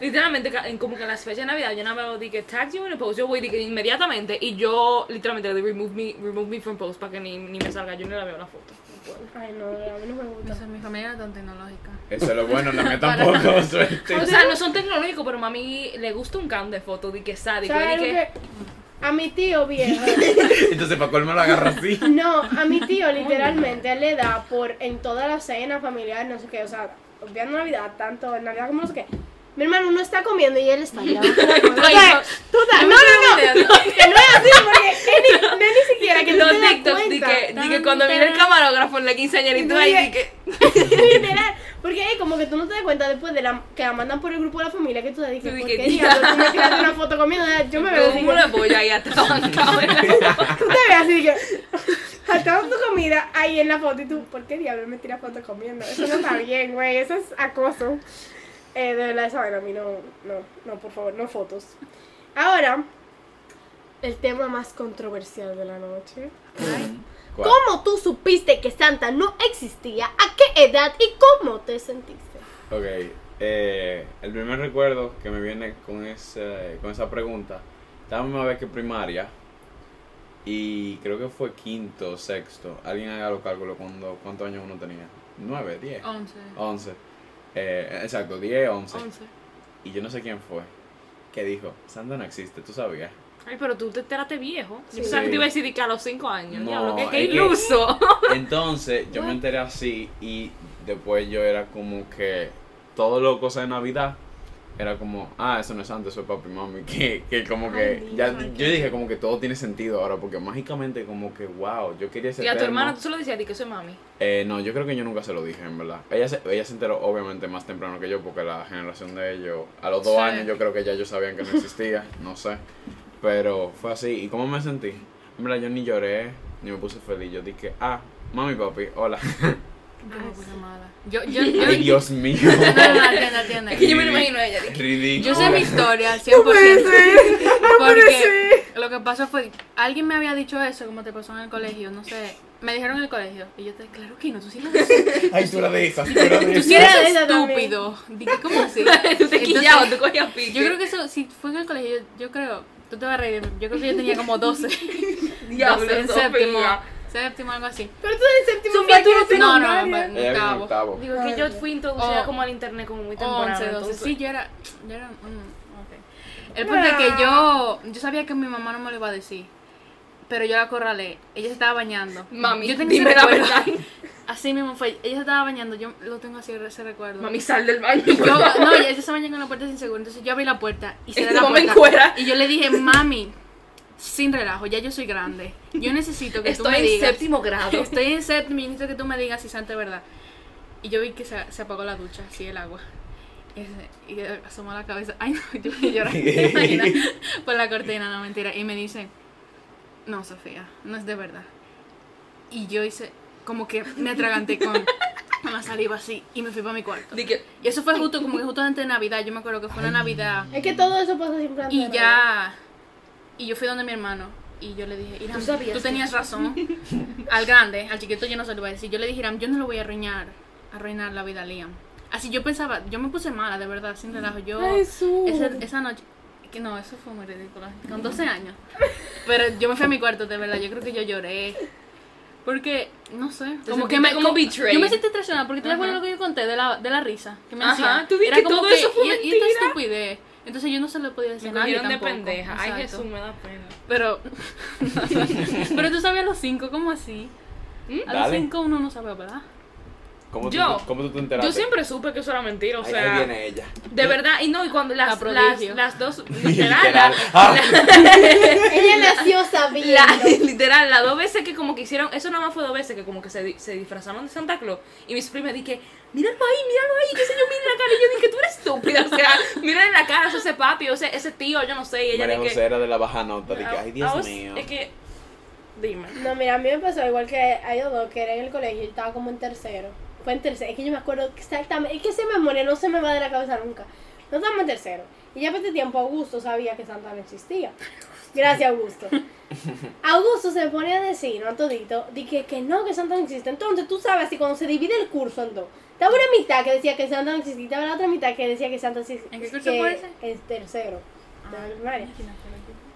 Literalmente, ca- en como que en las fechas de Navidad, yo nada más dije tag you in a post. Yo voy dije, inmediatamente y yo literalmente le doy remove me, remove me from post para que ni, ni me salga. Yo ni la veo la foto. ay, no, a mí no me No gusta. sé, mi familia era tan tecnológica. Eso es lo bueno, la mía tampoco. O Suerte. sea, no son tecnológicos, pero mami le gusta un cam de fotos. Dije, sad. Yo ¿Sabes lo dije, que? A mi tío viejo. Entonces, para colmo lo agarra así. No, a mi tío literalmente le da por en toda la cena familiar, no sé qué, o sea, obviando Navidad, tanto en Navidad como no sé qué. Mi hermano uno está comiendo y él está grabando. O sea, tú da- no, Yo me no, no, estoy no, que no es así porque es ni, no es ni siquiera que tú los te das TikToks, cuenta. dije, dije, cuando viene el camarógrafo en la quinceañerita, ahí Dije- dije, Literal, porque es como que tú no te das cuenta después de la que la mandan por el grupo de la familia que tú te dices, Sí, ¿por dije, qué diablos tú me tiraste una foto comiendo? Yo me veo con así. un culo de polla ahí atrás bancado en la Tú te ves así que saltando tu comida ahí en la foto y tú, ¿por qué diablos me tiras fotos comiendo? Eso no está bien, güey, eso es acoso. Eh, de verdad, esa vaina a mí no, no, no, por favor, no fotos. Ahora, el tema más controversial de la noche. ¿Cuál? ¿Cómo tú supiste que Santa no existía? ¿A qué edad y cómo te sentiste? Ok, eh, el primer recuerdo que me viene con, ese, con esa pregunta, estaba en una vez que primaria y creo que fue quinto o sexto. Alguien haga los cálculos cuando, cuántos años uno tenía. ¿Nueve? ¿Diez? 11. Once. Eh, exacto, diez, once. 11. Y yo no sé quién fue que dijo, Santa no existe, ¿tú sabías? Ay, pero tú te enteraste viejo. Sí. Yo pensaba que te iba a decir de que a los 5 años. No, Diablo, qué, qué es que- iluso. Entonces yo me enteré así y después yo era como que todo lo cosa de Navidad era como, ah, eso no es antes, eso es papi y mami, que, que como que, Ay, ya, mira, yo dije como que todo tiene sentido ahora, porque mágicamente como que, wow, yo quería ser Y a tu eterno. hermana tú se lo decías, di que soy mami. Eh, no, yo creo que yo nunca se lo dije, en verdad. Ella se, ella se enteró obviamente más temprano que yo, porque la generación de ellos, a los dos Sí. años yo creo que ya ellos sabían que no existía, no sé. Pero fue así. ¿Y cómo me sentí? En verdad yo ni lloré, ni me puse feliz. Yo dije, ah, mami, papi, hola. Yo me puse mala. Yo, yo, yo. Ay, Dios mío. No, no, no, atiende, atiende. Es que yo me lo imagino a ella. di que- Ridículo. Yo sé mi historia al 100%. Porque lo que pasó fue, alguien me había dicho eso, como te pasó en el colegio, no sé. Me dijeron en el colegio. Y yo te claro que no, tú sí eres, Ay, tú la de esas, tú la de tú esas. sí Yo era de eres esa también. estúpido. Dije, ¿cómo así? Tú te Entonces, quillabas, tú cogías pique. Yo creo que eso, si fue en el colegio, yo, yo creo, tú te vas a reír, de mí, yo creo que yo tenía como 12. 12 en séptimo. Séptimo, algo así. Pero tú eres el séptimo Sofía, tú no fue que No, no, secundaria. en Ella vino en octavo. octavo. Digo que yo fui introducida como al internet como muy temprano. 11, 12. entonces- Sí, yo era. Yo era mm, ok. El punto es que yo. Yo sabía que mi mamá no me lo iba a decir. Pero yo la corralé. Ella se estaba bañando. Mami, yo ese dime la recuerdo. verdad. Así mismo fue. Ella se estaba bañando. Yo lo tengo así, ese recuerdo. Mami, sal del baño. Yo, no, ella se bañó con la puerta sin seguro. Entonces yo abrí la puerta y se Y la no me puerta. encuera. Y yo le dije, mami, sin relajo, ya yo soy grande. Yo necesito que tú Estoy me en digas. séptimo grado. Estoy en séptimo y necesito que tú me digas si Santa es verdad. Y yo vi que se, se apagó la ducha, así el agua. Y, ese- y yo asomó la cabeza. Ay, no, yo voy a llorar. ¿te imaginas? Por la cortina, no, mentira. Y me dice, no, Sofía, no es de verdad. Y yo hice, como que me atraganté con, con la saliva así y me fui para mi cuarto. Di que- Y eso fue justo, como que justo antes de Navidad. Yo me acuerdo que fue una Navidad. Es que todo eso pasa siempre antes Y de Navidad. ya. Y yo fui donde mi hermano. Y yo le dije, Iram, ¿Tú tú, sabías que- tenías razón. al grande, al chiquito yo no se lo voy a decir. Yo le dije, Iram, yo no lo voy a arruinar. Arruinar la vida a Liam. Así yo pensaba, yo me puse mala, de verdad, sin relajo. Yo. Ay, su. Esa, Uh. esa noche. Que no, eso fue muy ridículo. Con 12 años. Pero yo me fui a mi cuarto, de verdad. Yo creo que yo lloré. Porque, no sé. Como que sentiste me. como betrayed. Yo me sentí traicionada porque tú te Ajá. acuerdas lo que yo conté de la, de la risa que me Ajá, hacía. tú di que todo eso fue y, y mentira. esta estupidez. Entonces yo no se lo podía decir a Me nadie. cogieron de Tampoco. pendeja. Ay, Exacto. Jesús, me da pena. Pero. pero tú sabías los cinco, ¿cómo así? ¿Mm? A los Dale. cinco uno no sabe, ¿verdad? ¿Cómo, Yo- tú, ¿Cómo tú te enteraste? Yo siempre supe que eso era mentira, o Ahí- sea. ahí viene ella. De verdad, y no, y cuando las, La las, prodigio. las dos, literal, Literal. la- Ah, Ella nació sabiendo. la- literal, las dos veces que como que hicieron, eso nada más fue dos veces que como que se, di- se disfrazaron de Santa Claus y mis primas dije, míralo ahí, míralo ahí, qué sé yo, mira la cara, y yo dije, tú eres estúpida, o sea, mira la cara, eso es ese papi, o sea, ese tío, yo no sé, y ella María José dije, era de la baja nota. Dije, "Ah, ay, Dios ah, o sea, mío. es que, dime, No, mira, a mí me pasó igual que a ellos dos, que era en el colegio, yo estaba como en tercero. Fue en tercero, es que yo me acuerdo exactamente, es que esa memoria no se me va de la cabeza nunca. No estábamos en tercero. Y ya para este tiempo Augusto sabía que Santa no existía. Gracias, Augusto. Augusto se pone a decir, no todito, de que, que no, que Santa no existe. Entonces tú sabes, así cuando se divide el curso en dos, estaba una mitad que decía que Santa no existía, estaba la otra mitad que decía que Santa sí ¿En qué curso que fue ese? En tercero. Ah, de la primaria.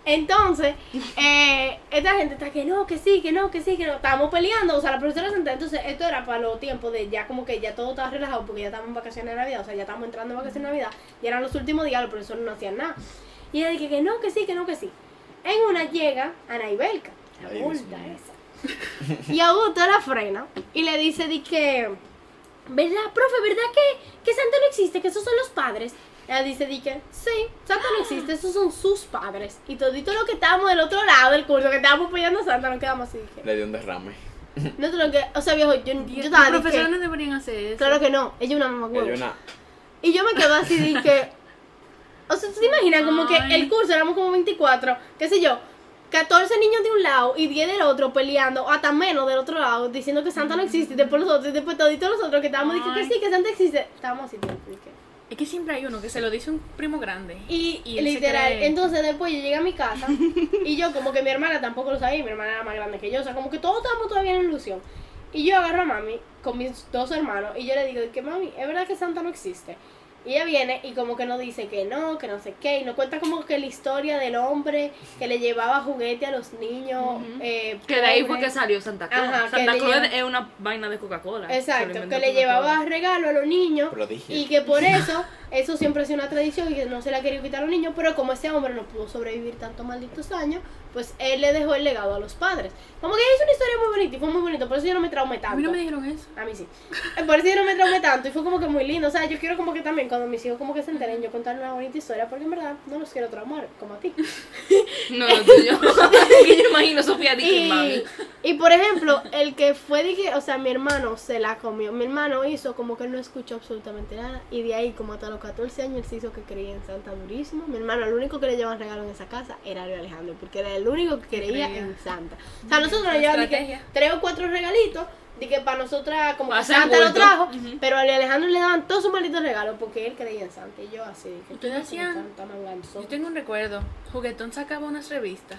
Entonces, eh, esta gente está que no, que sí, que no, que sí, que no. Estábamos peleando, o sea, la profesora sentada. Entonces, esto era para los tiempos de ya como que ya todo estaba relajado porque ya estábamos en vacaciones de Navidad, o sea, ya estábamos entrando en vacaciones de Navidad. Y eran los últimos días, los profesores no hacían nada. Y ella dije que no, que sí, que no, que sí. En una llega Ana Ibelka, la Ay, Dios multa mío. esa. Y Augusto la frena y le dice, di que, ¿verdad, profe, verdad que, que Santa no existe, que esos son los padres? Ella dice, di que, sí, Santa no existe, esos son sus padres. Y todito lo que estábamos del otro lado del curso, que estábamos apoyando a Santa, nos quedamos así, dije. Le dio un derrame. No te lo que, o sea, viejo, yo, yo Los estaba, di profesores que, no deberían hacer eso. claro que no, ella es una mamá Le huevo. dio una. Y yo me quedo así de que. O sea, ¿tú te imaginas? Como que Ay. el curso éramos como 24, qué sé yo, 14 niños de un lado y 10 del otro peleando, o hasta menos del otro lado, diciendo que Santa no existe, y después los otros, y después toditos los otros que estábamos diciendo que Ay. sí, que Santa existe. Estábamos así, tipo, de que- Es que siempre hay uno que se lo dice un primo grande. y, Y él se literal, cree- entonces después yo llegué a mi casa y yo como que mi hermana tampoco lo sabía, y mi hermana era más grande que yo, o sea, como que todos estábamos todavía en ilusión. Y yo agarro a mami con mis dos hermanos y yo le digo que mami, es verdad que Santa no existe. Y ella viene y como que nos dice que no, que no sé qué, y nos cuenta como que la historia del hombre que le llevaba juguete a los niños. eh, que de ahí fue que pobres. salió Santa Claus, Ajá, que Santa le Claus lleva- es una vaina de Coca-Cola, se lo Exacto, inventó que le Coca-Cola. llevaba regalo a los niños Prodigio. y que por eso, eso siempre ha sido una tradición y que no se la quería quitar a los niños, pero como ese hombre no pudo sobrevivir tantos malditos años, pues él le dejó el legado a los padres. Como que es una historia muy bonita y fue muy bonito, por eso yo no me traumé A tanto. mí no me dijeron eso. A mí sí. Eh, Por eso yo no me traumé tanto y fue como que muy lindo. O sea, yo quiero como que también cuando mis hijos como que se enteren, yo contar una bonita historia, porque en verdad no los quiero traumar, como a ti. No, no, yo, que yo imagino Sofía dije, mami. Y, y, por ejemplo, el que fue de que, o sea, mi hermano se la comió. Mi hermano hizo como que él no escuchó absolutamente nada. Y de ahí, como hasta los 14 años, él se hizo que creía en Santa durísimo. Mi hermano, el único que le llevaban regalo en esa casa era Ariel Alejandro, porque era el único que creía creía. en Santa. O sea, nosotros nos llevaban de que estrategia. tres o cuatro regalitos. De que para nosotras, como Pa' que hacer Santa lo bulto. trajo, pero a Ariel Alejandro le daban todos sus malditos regalos porque él creía en Santa. Y yo así, de que Ustedes hacían- Santa me lanzó. Yo tengo un recuerdo. Juguetón sacaba unas revistas.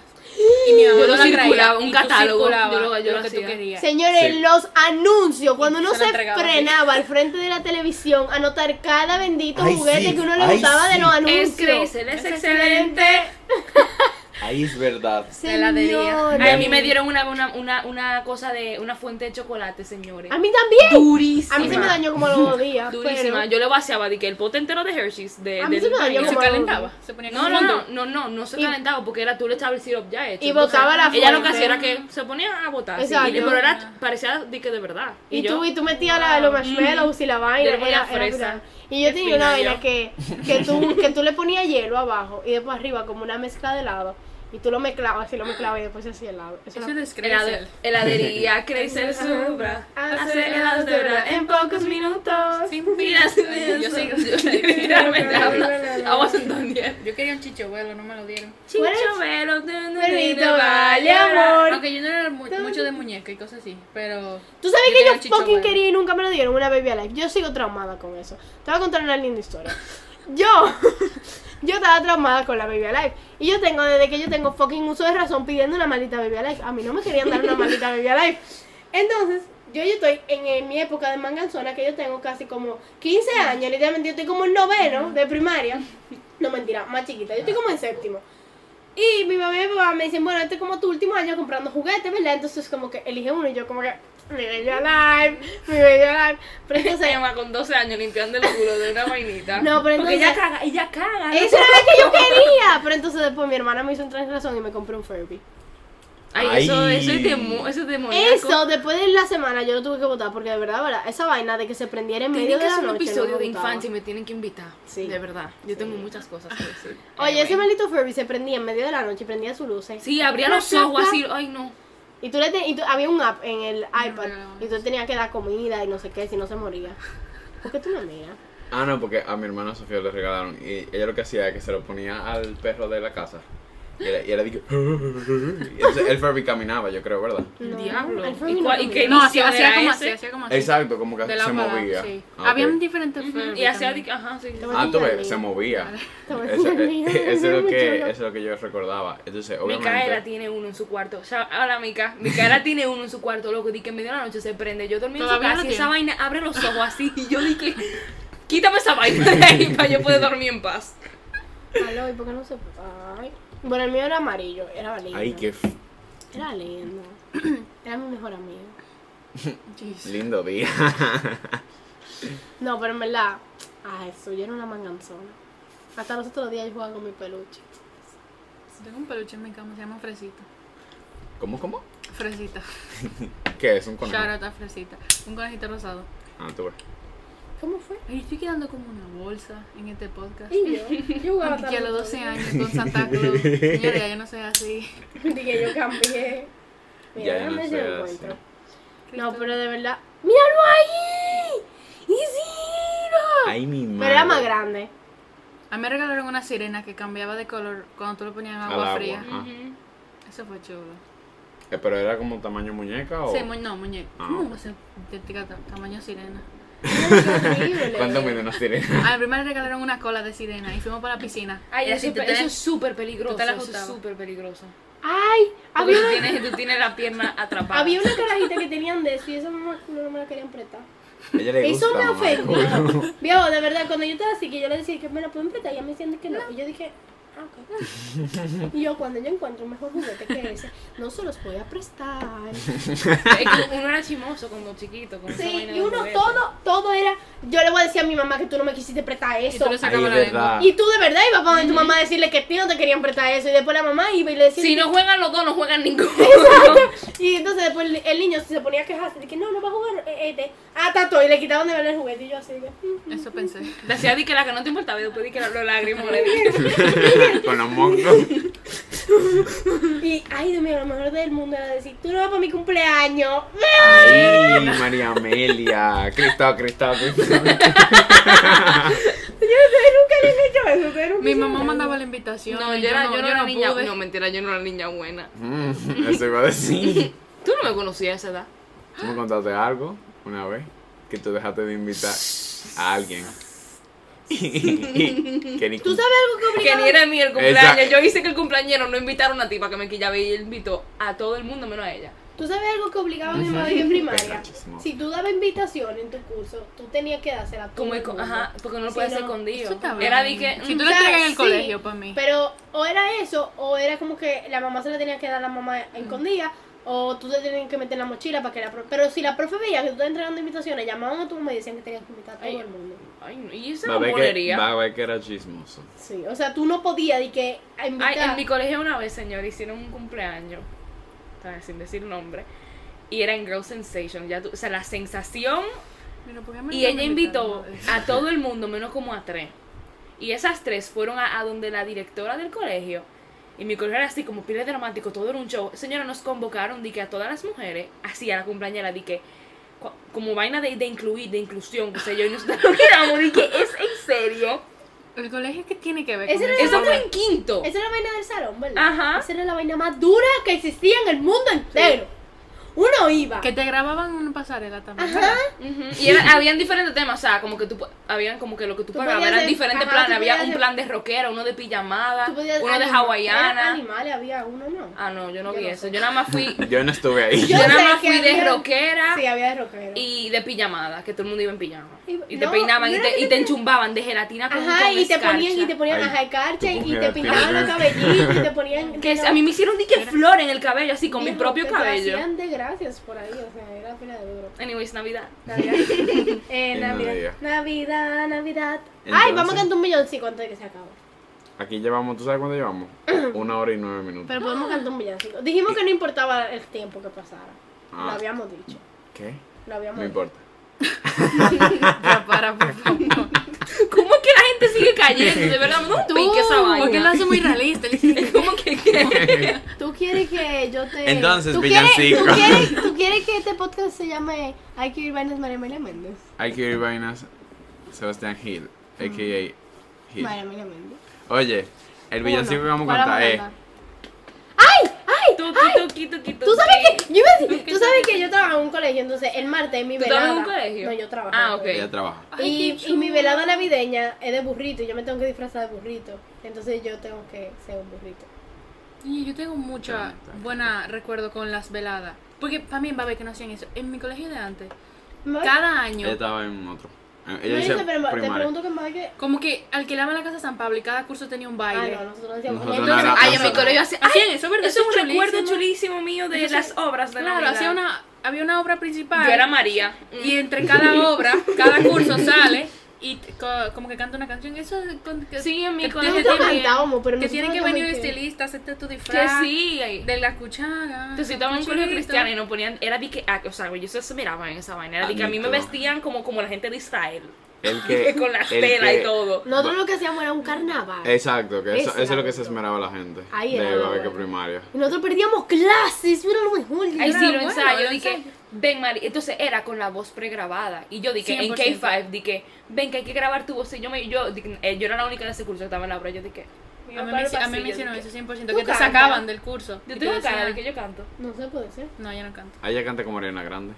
Y mi mamá Yo lo no la traía, circulaba, un y tú catálogo. circulabas Yo lo- yo lo que tú hacía. querías. Señores, Sí. los anuncios, cuando Y uno se lo se entregaban. frenaba al frente de la televisión, anotar cada bendito Ay, juguete sí, que uno le ay, gustaba de sí. los anuncios. Es Crazel, es Es excelente. Ahí es verdad. Te la debía. Señores. Ay, A mí me dieron una, una, una, una cosa de una fuente de chocolate, señores. A mí también. Durísima. A mí se me dañó como a los dos días. Durísima. pero- Yo le vaciaba de que el pote entero de Hershey's. De, A mí del se me dañó Y baño. se como- calentaba. Se ponía No, como no, no, fondue. no, no, no se Y- calentaba porque era tú le echabas el syrup ya hecho. Y botaba la Ella lo que fuente. hacía era que se ponía a botar. así, Exacto. y- pero era, parecía de que de verdad. Y, yo, Mm. tú, y tú metías la, los marshmallows y la vaina. Yo le ponía era- era fresa. brutal. y yo tenía una Espina, vaina yo. que, que, tú, que tú le ponías hielo abajo y después arriba como una mezcla de helado. Y tú lo mezclabas y lo mezclabas y después se hacía helado. Eso Eso era- es helade- Crazel. heladería, Crazel sobra. Hacer helados de verdad en pocos minutos. Sin Mira, pilas. Yo sigo. Vamos a entender. Yo quería un chichuelo, no me lo dieron. Chinchuelo, Perrito, vale, amor. Aunque yo no era mu- mucho de muñeca y cosas así, pero... Tú sabes Yo que quería yo chicho fucking bueno. quería y nunca me lo dieron una Baby Alive. Yo sigo traumada con eso. Te voy a contar una linda historia. Yo, yo estaba traumada con la Baby Alive. Y yo tengo, desde que yo tengo fucking uso de razón, pidiendo una maldita Baby Alive. A mí no me querían dar una maldita Baby Alive. Entonces, yo, yo estoy en, eh, mi época de manganzona, que yo tengo casi como 15 años. Literalmente, yo estoy como en noveno de primaria. No, mentira, más chiquita. Yo estoy como en séptimo. Y mi mamá y mi papá me dicen, bueno, este es como tu último año comprando juguetes, ¿verdad? Entonces como que elige uno y yo como que, mi bello live, mi bello live. Pero Se entonces, llama con 12 años limpiando el culo de una vainita. No, pero entonces- Porque ella caga, ella caga. ¿no? eso era lo que yo quería. Pero entonces después mi hermana me hizo un transgresión y me compró un Furby. Ay, Ay. Eso, eso es demo- eso es demoníaco. Eso, después de la semana yo lo tuve que votar porque de verdad, verdad, esa vaina de que se prendiera en Tiene medio que de la hacer un noche. episodio no me de gustaba. infancia y me tienen que invitar. Sí. De verdad. Yo tengo Sí. muchas cosas que decir. Oye, ese Anyway. maldito Furby se prendía en medio de la noche y prendía sus luces. Sí, abría Pla, los pla, ojos pla. así. Ay, no. Y tú le te- y tú- había un app en el iPad no, no. y tú tenías que dar comida y no sé qué, si no se moría. ¿Por qué tú me miras? Ah, no, porque a mi hermana Sofía le regalaron. Y ella lo que hacía era que se lo ponía al perro de la casa. Y era, y era de que- y entonces el Furby caminaba, yo creo, ¿verdad? Diablo. el Furby ¿Y, no cuál- y comía. qué No, hacía, inicio hacía era como ese? así, hacía como así. Exacto, como que Ah, De la se parada, movía. sí. Ah, ok. Habían diferentes Ujú, Furby Y hacía también. de- Ajá, sí. Te voy a Ah, tú enseñar ves, el se mío. movía. Te voy a Eso, enseñar el eh, mío, eh, eso es lo mi que, chulo. eso es lo que yo recordaba. Entonces, obviamente. Micaela tiene uno en su cuarto. Shout out a Mica. Micaela tiene uno en su cuarto, loco. Di que en medio de la noche se prende. Yo dormí en su Todavía lo casa y tiene. esa vaina abre los ojos así. Y yo dije, quítame esa vaina de ahí para yo poder dormir en paz. Aló, ¿y por qué no se Ay. Bueno, el mío era amarillo, era lindo. Ay, qué f- Era lindo. Era mi mejor amigo. Jeez. lindo día. No, pero en verdad, ay, eso, yo era una manganzona. Hasta los otros días yo jugaba con mi peluche. Tengo un peluche en mi cama, se llama Fresita. ¿Cómo, cómo? Fresita. ¿Qué es? ¿Un conejo? Shout out a Fresita. Un conejito rosado. Ah, tú ves. ¿Cómo fue? Ay, estoy quedando como una bolsa en este podcast. Y yo, yo jugaba Aquí a los 12 años. años con Santa Claus. Señores, ya yo no soy así. Dije, yo cambié. Ya, Mira, ya déjame no si lo sé encuentro. así. No, pero de verdad, ¡míralo ahí! ¡Y sí! Ay, mi madre. Pero era más grande. A mí me regalaron una sirena que cambiaba de color cuando tú lo ponías en Al agua agua. fría. Ah. Ujú. Eso fue chulo. Eh, pero era como tamaño muñeca o. Sí, mu- no, muñeco. Oh. Ah. ¿Cómo va a ser idéntica ta- tamaño sirena? Era horrible. ¿Cuánto mide una sirena? A mi prima le regalaron una cola de sirena y fuimos para la piscina. Ay, Y eso, así es tú pe- te- eso es súper peligroso. tú te la eso es ajustabas. súper peligroso. Ay, Porque había tú tienes, tú tienes la pierna atrapada. Había una carajita que tenían de eso y esa mamá culo no me la querían prestar. A ella le gusta. Eso me mamá, culo. ofendió. Viejo, de verdad, cuando yo estaba así, que yo le decía que me la pueden prestar, ella me decían de que no. Y yo dije, ah, ok. Y yo, cuando yo encuentro un mejor juguete que ese, no se los voy a prestar. Es que uno era chimoso cuando chiquito. Con esa Sí, vaina y de uno juguete. todo, todo era. Yo le voy a decir a mi mamá que tú no me quisiste prestar y eso. tú le Ay, sacabas es la lengua. verdad. Y tú de verdad ibas para donde tu mamá a decirle que a ti no te querían prestar eso. Y después la mamá iba y le decía. Si no juegan los dos, no juegan ninguno. Y entonces después el, el niño se ponía a quejarse de que no, no va a jugar eh, este. Ah, tato. Y le quitaban de ver el juguete. Y yo así de. "Mm". Eso pensé. Le hacía di que la que no te importaba y después di que la- los lagrimones. Con los mocos. Y ay, Dios mío, lo mejor del mundo era decir, tú no vas para mi cumpleaños. Ay, María Amelia. Cristal, cristal, cristal. Yo nunca le he hecho eso. ustedes nunca Mi hicieron mamá eso. mandaba la invitación. No, y yo, era, yo no era niña pude. No, mentira, yo no era niña buena. Mm, eso iba a decir. Tú no me conocías a esa edad. Tú me contaste algo una vez que tú dejaste de invitar a alguien. que ni ¿Tú sabes algo que Que obligaba? ni era mi el cumpleaños. Exacto. Yo hice que el cumpleañero no invitara a una tipa que me quillaba y él invitó a todo el mundo menos a ella. ¿Tú sabes algo que obligaba a mi mamá en primaria? Venga, chismosa. Si tú dabas invitación en tu curso, tú tenías que dársela a todo Como el esco- mundo. ajá, porque no lo Sí, puedes no, hacer escondido. Eso está bien. Era di que. Si mm, tú o lo sea, entregas en el sí, colegio, para mí. Pero o era eso, o era como que la mamá se la tenía que dar a la mamá escondida, o tú te tenías que meter en la mochila para que la profe... Pero si la profe veía que tú estabas entregando invitaciones, llamaban a tu mamá y decían que tenías que invitar a todo Ay. el mundo. Ay, no, y esa Va a, ver que, va bombonería. a ver que era chismoso. Sí, o sea, tú no podías de que a invitar... Ay, en mi colegio una vez, señor, hicieron un cumpleaños. ¿sabes? Sin decir nombre. Y era en Girl Sensation. Ya tú- o sea, la sensación Mira, ¿por qué me Y ella me invitó invitaron a- a todo el mundo, menos como a tres. Y esas tres fueron a, a donde la directora del colegio. Y mi colegio era así, como pile dramático, todo era un show. Señora, nos convocaron, di que a todas las mujeres, así a la cumpleañera, di que cu- como vaina de, de incluir, de inclusión, qué sé yo, y nosotros miramos, di que es en serio. ¿El colegio qué tiene que ver Ese con era Eso fue en quinto. Esa era la vaina del salón, ¿verdad? Ajá. Esa era la vaina más dura que existía en el mundo entero. Uno iba. Que te grababan una pasarela también. Ajá. ¿verdad? Ujú. Y era- habían diferentes temas, o sea, como que tú pa- habían como que lo que tú, Tú pagabas, podías eran hacer- diferentes ajá, tú planes, había podías un hacer- plan de rockera, uno de pijamada, Tú podías- uno de anima- hawaiana. eran animales había uno, ¿no? Ah, no, yo no Yo vi no eso. sé. Yo nada más fui. Yo no estuve ahí. Yo, Yo sé nada más que fui de había- rockera Sí, había de rockero. y de pijamada, que todo el mundo iba en pijama. Y- Y, te no, peinaban y mira te, que y te te ponían- enchumbaban de gelatina con Ajá, con y te ponían, y te escarcha. ponían, Ay, ajá, escarcha tú y, con te pintaban los cabellitos y te ponían... Que a mí me hicieron dique flor en el cabello, así con mi Dijo, propio que Te cabello. hacían de gracias por ahí, o sea, era pena de duro. Anyways, Navidad. Navidad. eh, Y no Navidad. diga. Navidad, Navidad. Ay, Entonces- vamos a cantar un villancico antes de que se acabe. Aquí llevamos, ¿tú sabes cuánto llevamos? Una hora y nueve minutos. Pero Ah. podemos cantar un villancico. Dijimos que no importaba el tiempo que pasara. Lo Ah. habíamos dicho. ¿Qué? Lo habíamos No importa. Ya para, por favor. ¿Cómo es que la gente sigue cayendo? De verdad, no Tú, pique esa vaina. porque él lo hace muy realista. Él dice que- ¿Cómo que qué? Tú quieres que yo te. Entonces, ¿tú quieres- villancico. ¿tú quieres, tú quieres que este podcast se llame Hay que ir vainas María Emilia Méndez? Hay que ir vainas. Sebastián Hill, a.k.a. Hill. María Emilia Méndez. Oye, el villancico que vamos a eh, para cantar es. Amanda. Toqui, toqui, toqui, ¿Tú sabes toqui. que yo iba a decir, tú sabes que yo trabajaba en un colegio, entonces el martes mi ¿Tú velada. trabajas en un colegio? No, yo trabajo. Ah, ok. Ella trabaja. Y, y mi velada navideña es de burrito, y yo me tengo que disfrazar de burrito. Entonces yo tengo que ser un burrito. Y yo tengo mucha buena recuerdo con las veladas. Porque también va a ver que no hacían eso. En mi colegio de antes, Me voy- cada Ella año, estaba en otro. Eh, me Ella dice, dice pero ma- te primaria. pregunto que más que. como que alquilaban la casa de San Pablo y cada curso tenía un Ah, baile. no, nosotros decíamos. Nosotros entonces- no era- ay, en mi colegio hacían, hacían eso, ¿verdad? Eso es un recuerdo chulísimo. chulísimo mío de Entonces, las obras de Claro, Navidad. hacía una, Mm. había una obra principal. Yo era María. Y entre cada obra, cada curso sale y t- co- como que canta una canción. Eso es con- que, Sí, en mi que tienen colegio que nosotros venir- cantábamos, pero Que nosotros tienen que como venir que- estilistas, hacerte tu Que disfraz. sí. ahí. De la cuchara. Entonces yo estaba en un colegio cristiano y nos ponían, era de que, ah, o sea, güey, yo se miraba en esa vaina, era de que a mí me Admito. vestían como, como la gente de Israel, El que. con las el telas que- y todo. Nosotros lo que hacíamos era un carnaval. Exacto, que eso, Ese eso es lo que se adulto. esmeraba la gente. Ahí de era lo Babeque bueno. primaria. Y nosotros perdíamos clases, mira lo mejor. Dios. Ahí sí Era lo bueno, ensayo, lo dije, ensayo. ven Mari, entonces era con la voz pregrabada, y yo dije, en 100%. K5, dije, ven que hay que grabar tu voz, y yo, me, yo, di que- eh, yo era la única de ese curso que estaba en la obra, yo dije, mi A mí, papá me lo hici- a mí pasilla, me hicieron dije, eso 100%, ¿Tú que te cantas? sacaban del curso. Yo Y tengo te cara de decían, que yo canto, No se puede ser. No, yo no canto. Ella canta como Ariana Grande.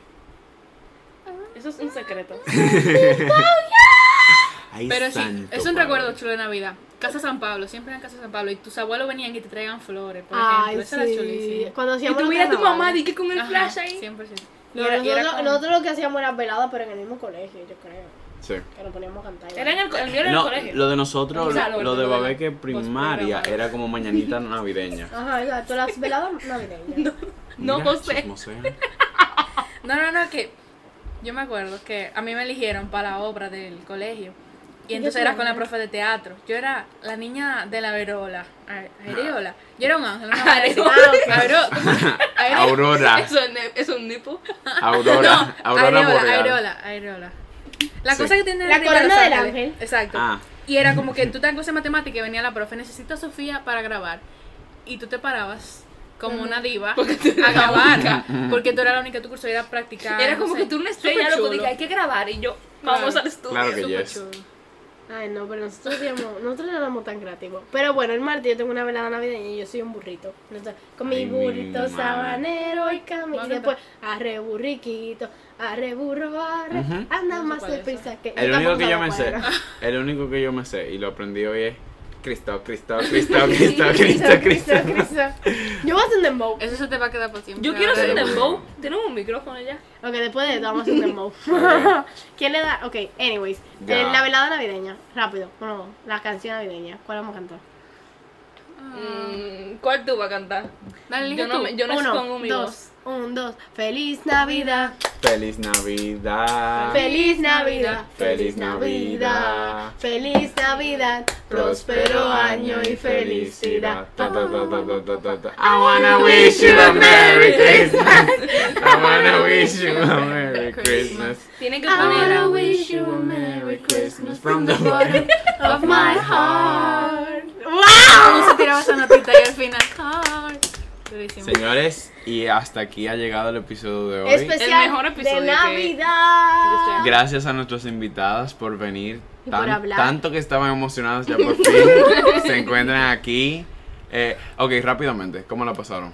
eso es un secreto. Ay, Pero sí, santo es un padre. recuerdo chulo de Navidad. Casa San Pablo, siempre en Casa San Pablo. Y tus abuelos venían y te traían flores, por Ay, ejemplo. Eso era sí. chulísimo. Cuando Y hacíamos tú los miras a tu mamá, carnavales. dije, con el Ajá, flash ahí. 100%. Y era- y era nosotros, con- nosotros lo que hacíamos era veladas, pero en el mismo colegio, yo creo. Sí. Que nos poníamos a cantar. Era en el, co- el mío era en el No, colegio. lo de Un nosotros, salón, lo de perdón. Babeque primaria, Postprogramado. era como mañanita navideña. Ajá, exacto. Las veladas navideñas. No, Mira, José. chismosea. No, no, no, que yo me acuerdo que a mí me eligieron para la obra del colegio. Y Yo entonces era también. con la profe de teatro. Yo era la niña de la verola. are- Areola. Ah. Yo era un ángel. una vaina así. Areola. Avero- Areola. Aurora, Eso es ne- eso es un nipo. Ah, Aurora, Aurora Areola, Boreal. Areola, Areola. La Sí. cosa que tiene La arriba de corona los del ángeles. ángel. Exacto. Ah, Y era como que tú te cosa de matemática y venía la profe, necesito a Sofía para grabar. Y tú te parabas como una diva a grabar. Porque tú eras la única de tu curso, era practicar. Era no como sé. que tú una estrella, Ah, Súper loco, chulo. dije, hay que grabar, y yo, vamos Claro. al estudio. claro que Súper yes. chulo. Ay, no, pero nosotros éramos, nosotros no éramos tan creativos. Pero bueno, el martes yo tengo una velada navideña y yo soy un burrito. Entonces, con mi Ay, mi burrito madre. sabanero y camino. Vamos Y a después, arre burriquito, arre burro, arre. Ujú. Anda No sé más cuál es deprisa que. El tampoco único que yo sabía me cuál sé, era. el único que yo me sé y lo aprendí hoy es Cristo, Cristo, Cristo, Cristo, Cristo, Cristo. Cristo. Yo voy a hacer un dembow. Eso se te va a quedar por siempre. Yo quiero Ahora ser Pero un bueno. dembow. Tenemos un micrófono ya. Ok, después de esto vamos a hacer un dembow. Ok. ¿Quién le da? Ok, anyways. Ya. Eh, la velada navideña, rápido. Bueno, la canción navideña. ¿Cuál vamos a cantar? Mm, ¿Cuál tú vas a cantar? Dale, elige Yo no, Ah. tú. me- yo no expongo mi dos, un, dos. Feliz Navidad. Feliz Navidad. Feliz Navidad, Feliz Navidad. feliz Navidad, próspero año y felicidad. Ta, ta, ta, ta, ta, ta, ta, ta. I wanna wish you a Merry Christmas. I wanna wish you a Merry Christmas. voz. Tienen que I poner. wanna I wish you a Merry Christmas from the bottom. Of my heart. ¿Cómo se tiraba esa notita y al final? Ay, durísimo. Señores, y hasta aquí ha llegado el episodio de hoy. Especial mejor episodio de que- Navidad. Gracias a nuestras invitadas por venir. Y por hablar. Tanto que estaban emocionadas ya por fin. se encuentran aquí. Eh, ok, rápidamente, ¿cómo la pasaron?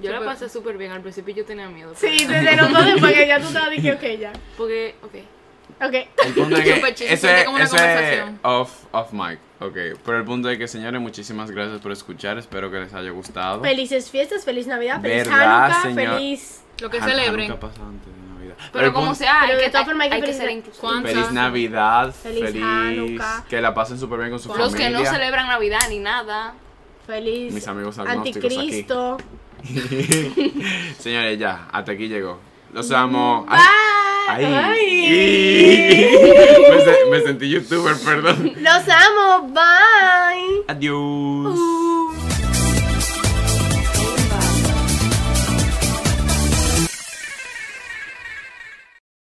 Yo la pasé súper bien. Al principio yo tenía miedo. pero- Sí, desde los dos después que ya tú estabas dije, ok, ya. Porque, ok. Ok. El punto es que Súper chiste, eso suena es- como una eso es conversación. off, off mic, ok. Pero el punto es que, señores, muchísimas gracias por escuchar. Espero que les haya gustado. Felices fiestas, feliz Navidad, feliz ¿Verdad, Hanukkah, señor? feliz. Lo que Han- celebren. Hanukkah pasa antes de Navidad. Pero, el como punto- sea, Pero hay de que, todas hay- formas hay que hay que ser felicitar. inclusivos. ¿Cuántas? Feliz Navidad, Feliz feliz, Hanukkah. que la pasen súper bien con su Los Los familia. que no celebran Navidad ni nada. Feliz Mis amigos agnósticos aquí. anticristo. Señores, ya, hasta aquí llegó. Los amo. Ay, Bye. Ay. Y- me, se- me sentí youtuber, perdón. Los amo, bye. Adiós.